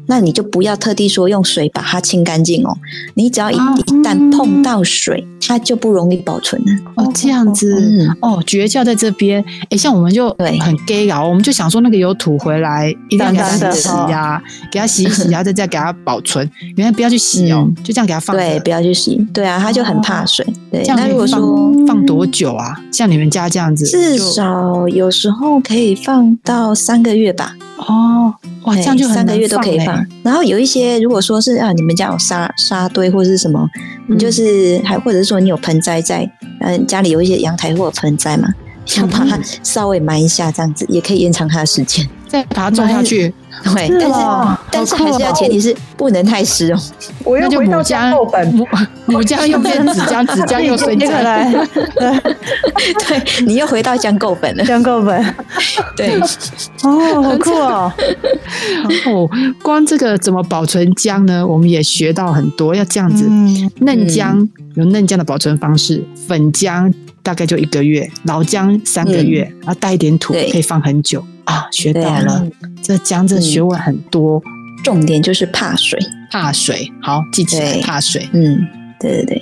[SPEAKER 3] 那你就不要特地说用水把它清干净哦。你只要一、
[SPEAKER 2] 啊
[SPEAKER 3] 一旦碰到水，它就不容易保存了。
[SPEAKER 2] 哦这样子。
[SPEAKER 3] 嗯，
[SPEAKER 2] 哦，诀窍在这边。哎，像我们就
[SPEAKER 3] 对
[SPEAKER 2] 很 gay 啊，我们就想说那个有土回来，一定要给
[SPEAKER 7] 当
[SPEAKER 2] 它
[SPEAKER 7] 然
[SPEAKER 2] 洗洗
[SPEAKER 7] 的哦
[SPEAKER 2] 呀，给它洗一洗 啊，再再给它保存。原来不要去洗哦，就这样给它放着。
[SPEAKER 3] 嗯
[SPEAKER 2] 哦
[SPEAKER 3] 对，不要去洗。对啊，它就很怕水。对
[SPEAKER 2] 这，样
[SPEAKER 3] 那
[SPEAKER 2] 可以
[SPEAKER 3] 如果
[SPEAKER 2] 放
[SPEAKER 3] 说
[SPEAKER 2] 放多久啊？像你们家这样子，
[SPEAKER 3] 至
[SPEAKER 2] 就
[SPEAKER 3] 少有时候可以放到三个月吧，
[SPEAKER 2] 哦，哇，
[SPEAKER 3] 对
[SPEAKER 2] 这样就很
[SPEAKER 3] 三个
[SPEAKER 2] 难
[SPEAKER 3] 月都可以
[SPEAKER 2] 欸
[SPEAKER 3] 放。。然后有一些，如果说是啊，你们家有沙沙堆或是什么，你
[SPEAKER 2] 嗯
[SPEAKER 3] 就是还或者是说你有盆栽在，嗯、家里有一些阳台或者盆栽
[SPEAKER 2] 嗯
[SPEAKER 3] 嘛，要把它稍微埋一下，这样子也可以延长它的时间。
[SPEAKER 2] 再把它种下去，
[SPEAKER 3] 对，
[SPEAKER 5] 是
[SPEAKER 3] 但
[SPEAKER 5] 哦
[SPEAKER 3] 是但是还是要前提是不能太 湿哦。
[SPEAKER 4] 我
[SPEAKER 2] 那
[SPEAKER 4] 又
[SPEAKER 2] 就
[SPEAKER 4] 回
[SPEAKER 2] 母浆
[SPEAKER 4] 到酱豆本，
[SPEAKER 2] 母 母浆又变纸浆，纸浆 又生
[SPEAKER 5] 那个
[SPEAKER 2] 浆。
[SPEAKER 5] 来
[SPEAKER 3] 对你又回到将够本了。
[SPEAKER 5] 讲够本
[SPEAKER 3] 对，
[SPEAKER 5] 哦，好酷哦！
[SPEAKER 2] 哦，光这个怎么保存浆呢？我们也学到很多，要这样子。
[SPEAKER 5] 嗯，
[SPEAKER 2] 嫩姜有嫩姜的保存方式，粉姜大概就一个月，老姜三个月，然后带一点土
[SPEAKER 3] 嗯对
[SPEAKER 2] 可以放很久啊。学
[SPEAKER 3] 对
[SPEAKER 2] 到
[SPEAKER 3] 啊嗯
[SPEAKER 2] 了，这姜这学问很多，
[SPEAKER 3] 重点就是怕水。
[SPEAKER 2] 怕水，好记起来，
[SPEAKER 3] 对
[SPEAKER 2] 怕水。
[SPEAKER 3] 嗯，对对对。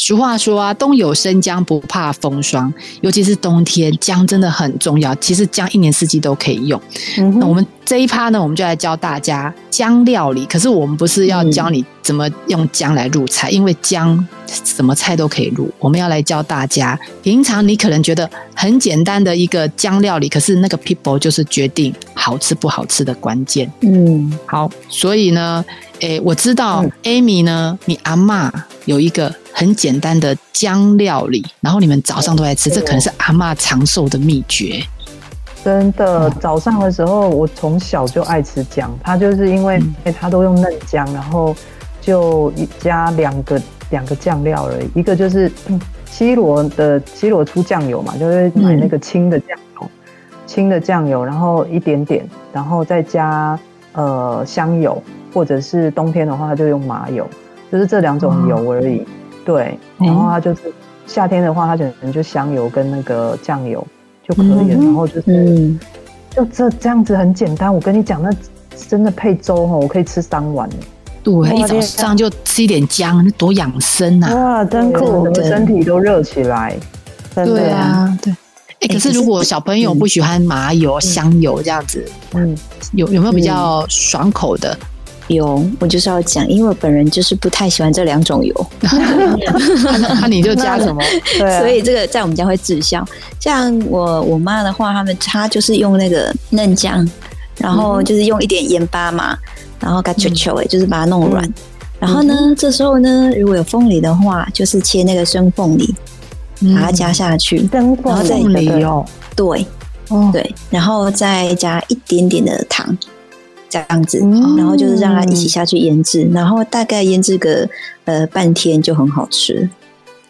[SPEAKER 2] 俗话说啊，冬有生姜不怕风霜，尤其是冬天，姜真的很重要。其实姜一年四季都可以用。
[SPEAKER 7] 嗯
[SPEAKER 2] 那我
[SPEAKER 7] 哼，
[SPEAKER 2] 们这一趴呢，我们就来教大家姜料理。可是我们不是
[SPEAKER 7] 嗯
[SPEAKER 2] 要教你怎么用姜来入菜，因为姜什么菜都可以入。我们要来教大家，平常你可能觉得很简单的一个姜料理，可是那个 people 就是决定好吃不好吃的关键。
[SPEAKER 3] 嗯，
[SPEAKER 2] 好，所以呢，诶，我知道 Amy 呢，你阿嬷有一个很简单的姜料理，然后你们早上都在吃，这可能是阿嬷长寿的秘诀。
[SPEAKER 4] 真的，早上的时候我从小就爱吃姜，它就是因为哎它都用嫩姜，然后就加两个两个酱料而已，一个就是 嗯西罗的西罗出酱油嘛，就是买那个清的酱油，清的酱油，然后一点点，然后再加呃香油，或者是冬天的话就用麻油，就是这两种油而已。对，然后它就是夏天的话，它可能就香油跟那个酱油就可以了，然后就是。
[SPEAKER 3] 嗯，
[SPEAKER 4] 就这这样子很简单，我跟你讲，那真的配粥哦，我可以吃三碗耶，
[SPEAKER 2] 对，一
[SPEAKER 5] 哇
[SPEAKER 2] 早上就吃一点姜，那多养生啊！
[SPEAKER 5] 哇，真酷
[SPEAKER 4] 整！个
[SPEAKER 3] 对
[SPEAKER 4] 身体都热起来。
[SPEAKER 5] 真
[SPEAKER 4] 嗯
[SPEAKER 5] 的
[SPEAKER 2] 对啊，对。哎、
[SPEAKER 3] 哎
[SPEAKER 2] 可是
[SPEAKER 3] 可是
[SPEAKER 2] 如果小朋友不喜欢麻油、香油这样子，
[SPEAKER 4] 嗯，
[SPEAKER 2] 有有没有比较爽口的？
[SPEAKER 3] 有，我就是要讲，因为我本人就是不太喜欢这两种油，
[SPEAKER 2] 那、那你就加什么？
[SPEAKER 5] 对啊，
[SPEAKER 3] 所以这个在我们家会滞销。像我我妈的话，他们她就是用那个嫩姜，然
[SPEAKER 5] 嗯
[SPEAKER 3] 后就是用一点盐巴嘛，然后给它球球哎，就是把它弄
[SPEAKER 5] 嗯
[SPEAKER 3] 软。然后呢，这时候呢，如果有凤梨的话，就是切那个生凤梨，
[SPEAKER 2] 嗯
[SPEAKER 5] 嗯
[SPEAKER 3] 把它加下去。
[SPEAKER 5] 灯
[SPEAKER 3] 然后
[SPEAKER 5] 光
[SPEAKER 3] 再
[SPEAKER 2] 凤梨哦，
[SPEAKER 3] 对，
[SPEAKER 2] 哦
[SPEAKER 3] 对，然后再加一点点的糖，这样子，
[SPEAKER 5] 嗯
[SPEAKER 3] 然后就是让它一起下去腌制，然后大概腌制个呃半天就很好吃。嗯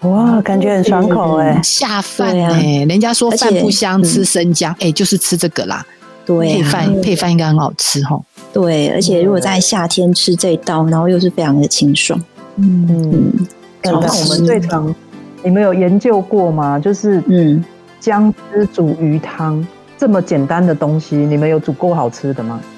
[SPEAKER 5] 哇，感觉很爽口
[SPEAKER 4] 欸
[SPEAKER 5] 哎！
[SPEAKER 2] 下饭
[SPEAKER 3] 对啊
[SPEAKER 2] 哎、人家说
[SPEAKER 3] 而且
[SPEAKER 2] 饭不香，
[SPEAKER 3] 嗯
[SPEAKER 2] 吃生姜，哎、就是吃这个啦。
[SPEAKER 3] 对
[SPEAKER 2] 配
[SPEAKER 3] 啊，
[SPEAKER 2] 饭配饭应该很好吃吼。
[SPEAKER 3] 对，而且如果在夏天吃这一道，然后又是非常的清爽，
[SPEAKER 4] 嗯，
[SPEAKER 3] 嗯
[SPEAKER 4] 那
[SPEAKER 2] 好
[SPEAKER 4] 我们最常，你们有研究过吗？就是
[SPEAKER 3] 嗯，
[SPEAKER 4] 姜汁煮鱼汤这么简单的东西，你们有煮过好吃的吗？
[SPEAKER 2] 嗯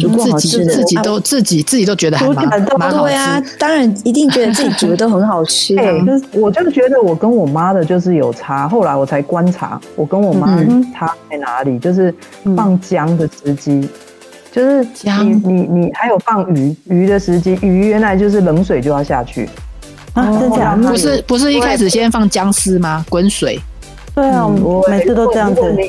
[SPEAKER 3] 如果好
[SPEAKER 2] 自己
[SPEAKER 3] 吃的
[SPEAKER 2] 自己
[SPEAKER 3] 啊
[SPEAKER 2] 都自己自己都觉得还蛮
[SPEAKER 5] 煮起来都
[SPEAKER 2] 蛮好
[SPEAKER 3] 对啊
[SPEAKER 2] 吃。，
[SPEAKER 3] 当然一定觉得自己煮的都很好吃啊，
[SPEAKER 4] 对，哎我就觉得我跟我妈的就是有差，后来我才观察我跟我妈
[SPEAKER 3] 嗯
[SPEAKER 4] 差在哪里，就是
[SPEAKER 5] 嗯
[SPEAKER 4] 放姜的时机，就是
[SPEAKER 2] 姜
[SPEAKER 4] 你你你还有放鱼鱼的时机，鱼原来就是冷水就要下去，
[SPEAKER 5] 啊，真假
[SPEAKER 4] 然后
[SPEAKER 2] 不是不是一开始先放姜丝吗？滚水，
[SPEAKER 5] 对啊，我每次都这样子
[SPEAKER 4] 嗯如。果你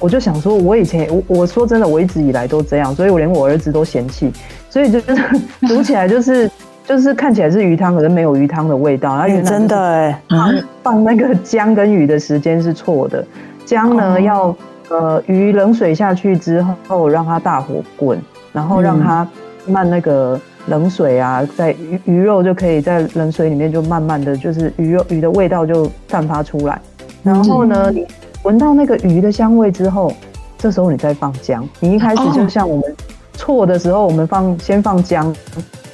[SPEAKER 4] 我就想说，我以前我我说真的，我一直以来都这样，所以我连我儿子都嫌弃，所以就是 煮起来就是就是看起来是鱼汤，可是没有鱼汤的味道，然后
[SPEAKER 5] 哎
[SPEAKER 4] 原来
[SPEAKER 5] 真的哎，
[SPEAKER 3] 啊
[SPEAKER 4] 放放那个姜跟鱼的时间是错的，姜呢、要呃鱼冷水下去之后，让它大火滚，然后让它慢那个冷水啊，在鱼鱼肉就可以在冷水里面就慢慢的就是鱼肉鱼的味道就散发出来，然后呢，你闻到那个鱼的香味之后，这时候你再放姜，你一开始就像我们错的时候，我们放先放姜，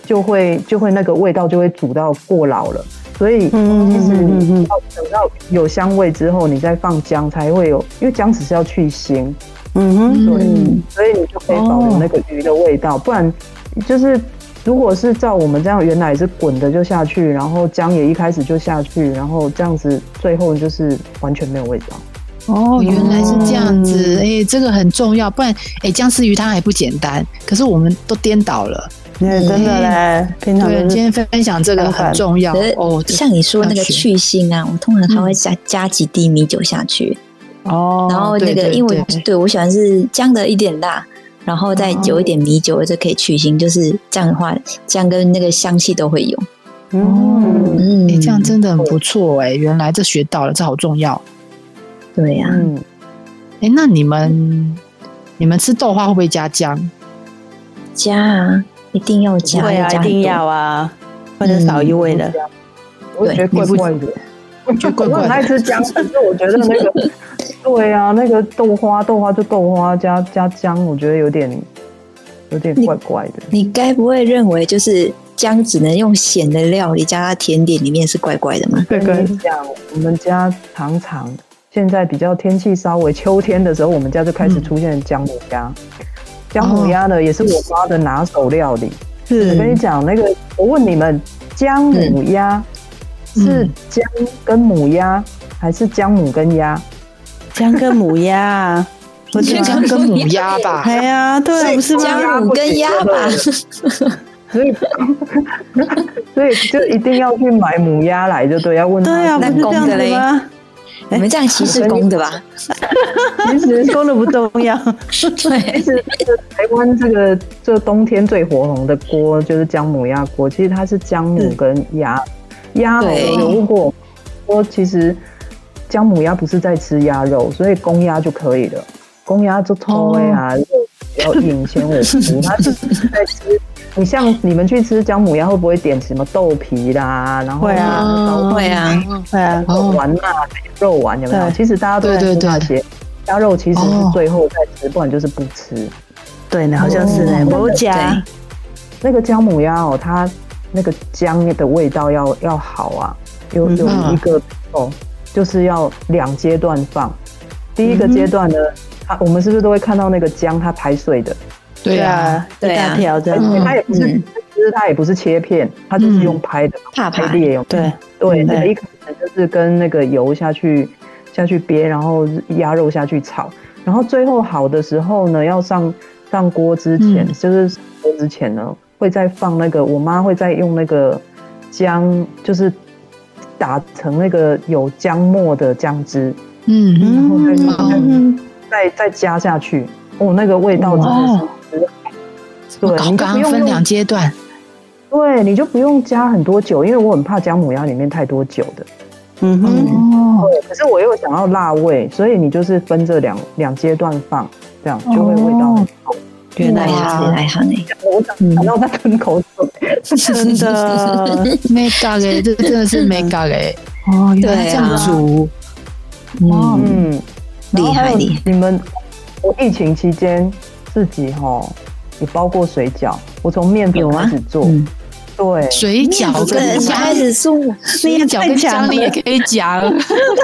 [SPEAKER 4] 就会就会那个味道就会煮到过老了。所以，
[SPEAKER 5] 嗯
[SPEAKER 4] 其实
[SPEAKER 5] 嗯嗯嗯
[SPEAKER 4] 你要等到有香味之后，你再放姜才会有，因为姜只是要去腥，
[SPEAKER 5] 嗯哼，
[SPEAKER 2] 嗯，
[SPEAKER 4] 所以你就可以保留那个鱼的味道。不然，就是如果是照我们这样原来是滚的就下去，然后姜也一开始就下去，然后这样子最后就是完全没有味道。
[SPEAKER 2] 哦，原来是这样
[SPEAKER 3] 哦
[SPEAKER 2] 子，哎、这个很重要，不然，哎、姜丝鱼汤还不简单。可是我们都颠倒了。
[SPEAKER 5] 哎真的嘞，
[SPEAKER 3] 嗯
[SPEAKER 5] 平常
[SPEAKER 2] 对，
[SPEAKER 5] 都
[SPEAKER 2] 今
[SPEAKER 5] 是
[SPEAKER 2] 天分享这个很重要
[SPEAKER 3] 可是
[SPEAKER 2] 哦。这
[SPEAKER 3] 像你说那
[SPEAKER 2] 要
[SPEAKER 3] 个
[SPEAKER 2] 学
[SPEAKER 3] 去腥啊，我通常还会加加几滴米酒下去，
[SPEAKER 2] 哦，
[SPEAKER 3] 然后那
[SPEAKER 2] 对
[SPEAKER 3] 个
[SPEAKER 2] 对
[SPEAKER 3] 因为
[SPEAKER 2] 对
[SPEAKER 3] 对我喜欢是姜的一点辣，然后再有一点米酒，这可以去腥，就是这样的话，酱跟那个香气都会有。
[SPEAKER 5] 嗯，
[SPEAKER 3] 嗯，
[SPEAKER 2] 哎、这样真的很不错哎、原来这学到了，这好重要。
[SPEAKER 3] 对啊呀、
[SPEAKER 5] 嗯，
[SPEAKER 2] 哎、那你们你们吃豆花会不会加 姜？
[SPEAKER 3] 加啊，一定要加，
[SPEAKER 5] 对啊，
[SPEAKER 3] 加
[SPEAKER 5] 一
[SPEAKER 3] 很多
[SPEAKER 5] 定要啊，不能少一味了。
[SPEAKER 4] 我觉得怪怪的，
[SPEAKER 2] 觉得怪
[SPEAKER 4] 我
[SPEAKER 2] 怪
[SPEAKER 4] 很爱
[SPEAKER 2] 的。
[SPEAKER 4] 吃姜，可是我觉得那个，对啊，那个豆花，豆花就豆花加加姜，我觉得有点有点怪怪的。
[SPEAKER 3] 你该不会认为就是姜只能用咸的料理加到甜点里面是怪怪的吗？
[SPEAKER 5] 对
[SPEAKER 4] 跟
[SPEAKER 5] 对
[SPEAKER 4] 你讲，我们家常常现在比较天气稍微秋天的时候，我们家就开始出现姜母鸭。姜母鸭呢，也是我妈的拿手料理。我跟
[SPEAKER 5] 是，
[SPEAKER 4] 你讲，那个我问你们，姜母鸭是
[SPEAKER 2] 嗯
[SPEAKER 4] 姜跟母鸭，还是姜母跟鸭？
[SPEAKER 5] 姜跟母鸭啊，
[SPEAKER 2] 我觉得姜跟母鸭吧，
[SPEAKER 5] 哎呀，对啊，不是吗？
[SPEAKER 3] 姜母跟鸭吧，
[SPEAKER 5] 嗯
[SPEAKER 4] 所以， 所以就一定要去买母鸭来，就对，要问
[SPEAKER 5] 对
[SPEAKER 4] 他
[SPEAKER 5] 啊，不
[SPEAKER 3] 那
[SPEAKER 5] 是这
[SPEAKER 3] 公
[SPEAKER 5] 样
[SPEAKER 3] 的
[SPEAKER 5] 子
[SPEAKER 3] 嘞
[SPEAKER 5] 吗？
[SPEAKER 3] 你们这样歧视公的吧？
[SPEAKER 5] 其实公的不重要，
[SPEAKER 3] 对，
[SPEAKER 4] 是台湾这个这冬天最火红的锅就是姜母鸭锅，其实它是姜母跟鸭鸭肉。
[SPEAKER 3] 对
[SPEAKER 4] 我有问过我说，其实姜母鸭不是在吃鸭肉，所以公鸭就可以了。公鸭就偷哎啊，比较引鲜为主，它是在吃。你像你们去吃姜母鸭，会不会点什么豆皮啦？然后
[SPEAKER 5] 会啊
[SPEAKER 4] 高
[SPEAKER 3] 会啊，
[SPEAKER 5] 对啊，
[SPEAKER 4] 肉
[SPEAKER 2] 哦
[SPEAKER 4] 丸啦、肉丸有没有？
[SPEAKER 5] 对
[SPEAKER 4] 其实大家都在
[SPEAKER 2] 对
[SPEAKER 4] 吃
[SPEAKER 2] 对对
[SPEAKER 4] 那些鸭肉，其实
[SPEAKER 2] 哦
[SPEAKER 4] 是最后再吃，不然就是不吃。
[SPEAKER 5] 对呢，好像是呢，某甲
[SPEAKER 4] 那个姜母鸭哦，它那个姜的味道要要好啊，有有
[SPEAKER 2] 嗯
[SPEAKER 4] 一个哦，就是要两阶段放。第一个阶段呢，它我们是不是都会看到那个姜它排水的，
[SPEAKER 2] 对啊，
[SPEAKER 5] 啊，一大条的
[SPEAKER 4] 而，且它也不是，
[SPEAKER 3] 嗯
[SPEAKER 4] 其实它也不是切片，它就是用拍的，
[SPEAKER 3] 怕
[SPEAKER 4] 拍
[SPEAKER 3] 怕。
[SPEAKER 4] 裂哦有没有
[SPEAKER 5] 对，
[SPEAKER 4] 对，
[SPEAKER 5] 嗯
[SPEAKER 4] 那
[SPEAKER 5] 对
[SPEAKER 4] 一开始就是跟那个油下去下去煸，然后鸭肉下去炒，然后最后好的时候呢，要上上锅之前，
[SPEAKER 2] 嗯
[SPEAKER 4] 就是上锅之前呢，会再放那个，我妈会再用那个姜，就是打成那个有姜末的姜汁，
[SPEAKER 2] 嗯，
[SPEAKER 4] 然后再
[SPEAKER 5] 嗯
[SPEAKER 4] 嗯再再加下去，哦，那个味道真
[SPEAKER 2] 哦
[SPEAKER 4] 的是。
[SPEAKER 2] 我
[SPEAKER 4] 对，你就
[SPEAKER 2] 刚
[SPEAKER 4] 不
[SPEAKER 2] 刚
[SPEAKER 4] 用
[SPEAKER 2] 分
[SPEAKER 4] 用
[SPEAKER 2] 两阶段，
[SPEAKER 4] 对，你就不用加很多酒，因为我很怕姜母鸭里面太多酒的。
[SPEAKER 5] 嗯哼，
[SPEAKER 2] 哦，
[SPEAKER 4] 对，可是我又想要辣味，所以你就是分这两两阶段放，这样就会味道很好。
[SPEAKER 3] 原来如此，来行哎，
[SPEAKER 4] 我想想到在喷口水，
[SPEAKER 5] 真的，
[SPEAKER 2] 没搞哎，这真的是啊没搞哎，哦，原来
[SPEAKER 3] 对啊
[SPEAKER 2] 这样煮，
[SPEAKER 3] 嗯，
[SPEAKER 4] 嗯，
[SPEAKER 3] 厉害厉害，
[SPEAKER 4] 你们，我疫情期间自己哈也包过水饺，我从面粉
[SPEAKER 3] 有啊
[SPEAKER 4] 开始做，
[SPEAKER 3] 嗯
[SPEAKER 4] 对，
[SPEAKER 2] 水
[SPEAKER 3] 我
[SPEAKER 2] 饺
[SPEAKER 3] 个人
[SPEAKER 2] 跟
[SPEAKER 3] 开
[SPEAKER 2] 姜，
[SPEAKER 3] 始做，
[SPEAKER 2] 水饺跟姜你也可以讲，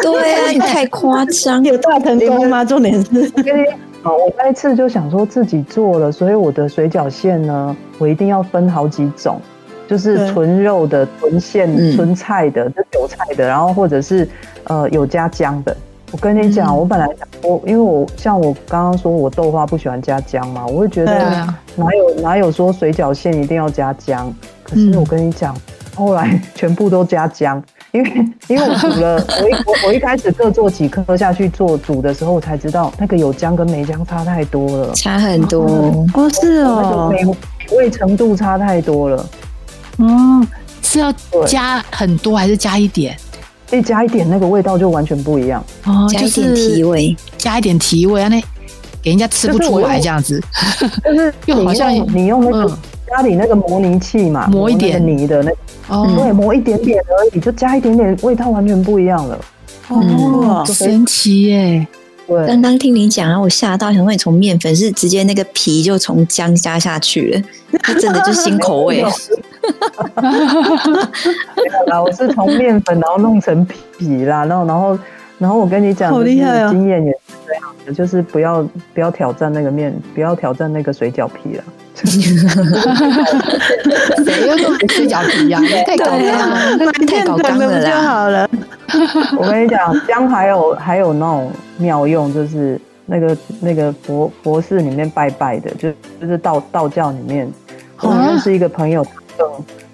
[SPEAKER 3] 对啊，你太夸张，
[SPEAKER 5] 有大成功吗？重点是，
[SPEAKER 4] 因为哦，我那一次就想说自己做了，所以我的水饺馅呢，我一定要分好几种，就是
[SPEAKER 5] 对
[SPEAKER 4] 纯肉的、纯馅、
[SPEAKER 3] 嗯
[SPEAKER 4] 纯菜的、就韭菜的，然后或者是呃有加姜的。我跟你讲，
[SPEAKER 2] 嗯
[SPEAKER 4] 我本来想我因为我像我刚刚说我豆花不喜欢加姜嘛，我会觉得
[SPEAKER 5] 对
[SPEAKER 2] 对啊，
[SPEAKER 4] 哪有哪有说水饺馅一定要加姜？可是
[SPEAKER 2] 嗯
[SPEAKER 4] 我跟你讲，后来 全部都加姜， 因为因为我煮了，我一我我一开始各做几颗下去做煮的时候，我才知道那个有姜跟没姜差太多了，
[SPEAKER 3] 差很多，
[SPEAKER 5] 哦，是
[SPEAKER 4] 那个
[SPEAKER 5] 哦，
[SPEAKER 4] 美美味程度差太多了。
[SPEAKER 2] 哦，是要加很多还是加一点？
[SPEAKER 4] 一加一点，那个味道就完全不一样。
[SPEAKER 2] 哦，
[SPEAKER 3] 加
[SPEAKER 2] 就
[SPEAKER 3] 一点提
[SPEAKER 2] 是
[SPEAKER 3] 味，
[SPEAKER 2] 加一点提味，啊那给人家吃不出来这样子，
[SPEAKER 4] 就是
[SPEAKER 2] 又好像
[SPEAKER 4] 你用你用那个
[SPEAKER 2] 嗯
[SPEAKER 4] 家里那个模泥器嘛，
[SPEAKER 2] 磨一点
[SPEAKER 4] 那个泥的那个，
[SPEAKER 2] 哦，
[SPEAKER 4] 对，磨一点点而已，就加一点点，味道完全不一样了。
[SPEAKER 5] 哦，
[SPEAKER 2] 神奇 耶！
[SPEAKER 4] 对，
[SPEAKER 3] 刚刚听你讲啊，我吓到，想说你从面粉是直接那个皮就从姜加下去了，那真的就新口味。
[SPEAKER 4] 没有啦，我是从面粉然后弄成皮啦，然后然后然后我跟你讲，
[SPEAKER 5] 好厉害哦
[SPEAKER 4] 就是经验也是这样的，就是不要不要挑战那个面，不要挑战那个水饺皮了。
[SPEAKER 2] 谁又弄水饺皮呀？太搞
[SPEAKER 3] 对
[SPEAKER 2] 了！
[SPEAKER 3] 啊，太搞
[SPEAKER 5] 粉
[SPEAKER 3] 纲
[SPEAKER 5] 的
[SPEAKER 3] 了
[SPEAKER 5] 不就
[SPEAKER 3] 啦。
[SPEAKER 5] 好了？
[SPEAKER 4] 我跟你讲， 姜还有还有那种妙用，就是那个那个佛佛寺里面拜拜的，就就是道道教里面，我
[SPEAKER 2] 啊
[SPEAKER 4] 认识一个朋友，嗯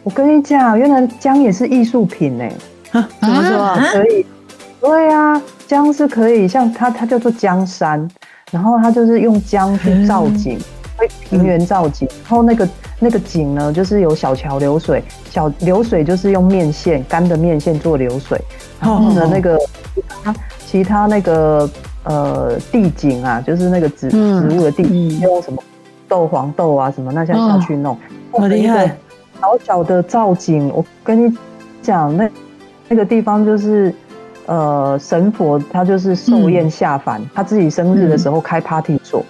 [SPEAKER 4] 我跟你讲，原来姜也是艺术品欸呢、
[SPEAKER 5] 怎么说啊？
[SPEAKER 4] 可以，对啊，姜是可以，像它它叫做江山，然后它就是用姜去造景，会平原造景，然后那个那个景呢，就是有小桥流水，小流水就是用面线干的面线做流水，然后
[SPEAKER 5] 哦
[SPEAKER 4] 呢那个其他其他那个呃地景啊，就是那个植
[SPEAKER 5] 嗯
[SPEAKER 4] 植物的地景，用什么豆黄豆啊什么那些下去弄，
[SPEAKER 5] 嗯好厉害！
[SPEAKER 4] 小小的造景，我跟你讲，那那个地方就是。呃，神佛他就是寿宴下凡，
[SPEAKER 5] 嗯
[SPEAKER 4] 他自己生日的时候开 party 做，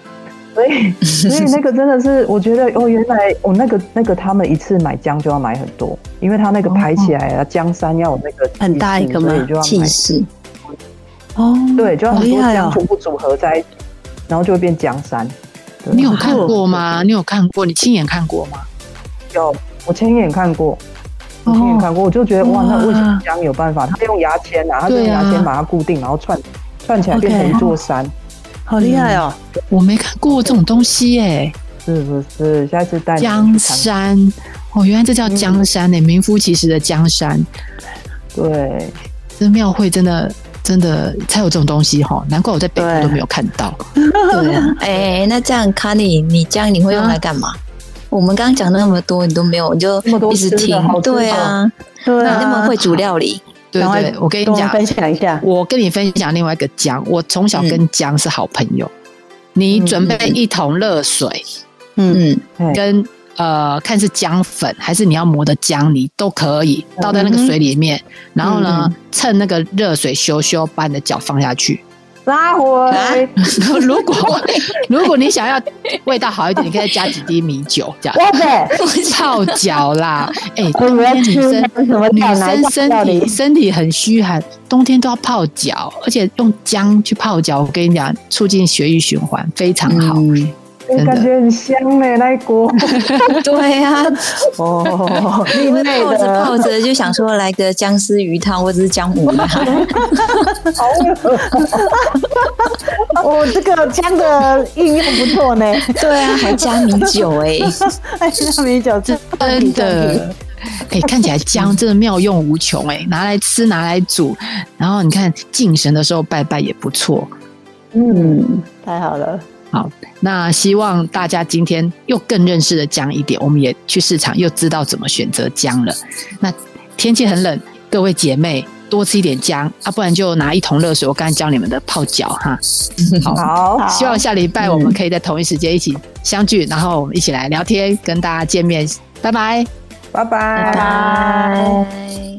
[SPEAKER 4] 所以 所以那个真的是，我觉得哦，原来哦那个那个他们一次买姜就要买很多，因为他那个排起来啊，姜山要有那个
[SPEAKER 7] 很大一个
[SPEAKER 4] 嘛，
[SPEAKER 7] 吗
[SPEAKER 4] 所以就要
[SPEAKER 3] 气
[SPEAKER 4] 买，
[SPEAKER 3] 势，
[SPEAKER 7] 哦，
[SPEAKER 4] 对，就要
[SPEAKER 7] 好
[SPEAKER 4] 很
[SPEAKER 7] 厉
[SPEAKER 4] 多
[SPEAKER 7] 害
[SPEAKER 4] 姜
[SPEAKER 7] 哦！
[SPEAKER 4] 全部组合在一起，然后就会变姜山。对
[SPEAKER 2] 你有看过吗？你有看过？你亲眼看过吗？
[SPEAKER 4] 有，我亲眼看过，我亲眼看过，我就觉得哇，那为什么姜有办法？他用牙签啊，他用
[SPEAKER 2] 对啊
[SPEAKER 4] 牙签把它固定，然后串串起来
[SPEAKER 7] OK
[SPEAKER 4] 变成一座山。
[SPEAKER 7] 好厉害
[SPEAKER 5] 嗯
[SPEAKER 7] 哦！
[SPEAKER 2] 我没看过这种东西耶、
[SPEAKER 4] 是不是？下次带你们
[SPEAKER 2] 江
[SPEAKER 4] 去看。
[SPEAKER 2] 山哦，原来这叫江山呢、
[SPEAKER 7] 嗯
[SPEAKER 2] 名副其实的江山。
[SPEAKER 4] 对，
[SPEAKER 2] 这庙会真的真的才有这种东西哈、难怪我在北部
[SPEAKER 7] 对
[SPEAKER 2] 都没有看到。
[SPEAKER 3] 对啊， 哎，那这样 c a n y 你这样你会用来干嘛？我们刚刚讲那么多，你都没有，你就
[SPEAKER 4] 那么多
[SPEAKER 3] 一直
[SPEAKER 4] 吃的
[SPEAKER 3] 听
[SPEAKER 4] 好，吃
[SPEAKER 3] 对啊，
[SPEAKER 7] 对
[SPEAKER 3] 你
[SPEAKER 7] 啊，
[SPEAKER 3] 那么会煮料理，
[SPEAKER 2] 对
[SPEAKER 7] 赶快
[SPEAKER 2] 对，我跟你
[SPEAKER 7] 跟我们
[SPEAKER 2] 讲，
[SPEAKER 7] 分享一下。
[SPEAKER 2] 我跟你分享另外一个姜，我从小跟姜是好朋友。你准备一桶热水
[SPEAKER 7] 嗯，
[SPEAKER 3] 嗯，
[SPEAKER 4] 嗯
[SPEAKER 2] 跟呃，看是姜粉还是你要磨的姜泥都可以，倒在那个
[SPEAKER 7] 嗯
[SPEAKER 2] 水里面，然后呢，趁那个热水咻咻，把你的脚放下去。
[SPEAKER 4] 拉回
[SPEAKER 3] 啊
[SPEAKER 2] 然后 如果如果你想要味道好一点，你可以再加几滴米酒，这样
[SPEAKER 5] 哇塞，
[SPEAKER 2] 泡脚 啦。哎、
[SPEAKER 5] 我
[SPEAKER 2] 冬
[SPEAKER 5] 要
[SPEAKER 2] 天女
[SPEAKER 5] 吃
[SPEAKER 2] 生
[SPEAKER 5] 那个什么
[SPEAKER 2] 女
[SPEAKER 5] 蛋奶
[SPEAKER 2] 生身
[SPEAKER 5] 料理
[SPEAKER 2] 体身体很虚寒，冬天都要泡脚，而且用姜去泡脚，我跟你讲，促进血液循环非常好。
[SPEAKER 3] 嗯
[SPEAKER 2] 真的
[SPEAKER 4] 感觉很香呢，那一 锅。
[SPEAKER 3] 对啊，
[SPEAKER 5] 哦，
[SPEAKER 3] 因为泡着泡着就想说来个姜丝鱼汤或者是姜母鸭，
[SPEAKER 5] 我哦这个姜的应用不错呢，
[SPEAKER 3] 对啊，还加米酒哎、
[SPEAKER 5] 哎，那米酒真
[SPEAKER 2] 真 的。哎、看起来姜真的妙用无穷哎、拿来吃，拿来煮，然后你看敬神的时候拜拜也不错。
[SPEAKER 3] 嗯，
[SPEAKER 5] 太好了，
[SPEAKER 2] 那希望大家今天又更认识了姜一点，我们也去市场又知道怎么选择姜了。那天气很冷，各位姐妹多吃一点姜啊，不然就拿一桶热水，我刚才教你们的泡脚哈。
[SPEAKER 4] 好，
[SPEAKER 2] 希望下礼拜我们可以在同一时间一起相聚，然后我们一起来聊天，跟大家见面。拜拜。
[SPEAKER 4] 拜拜。
[SPEAKER 3] 拜。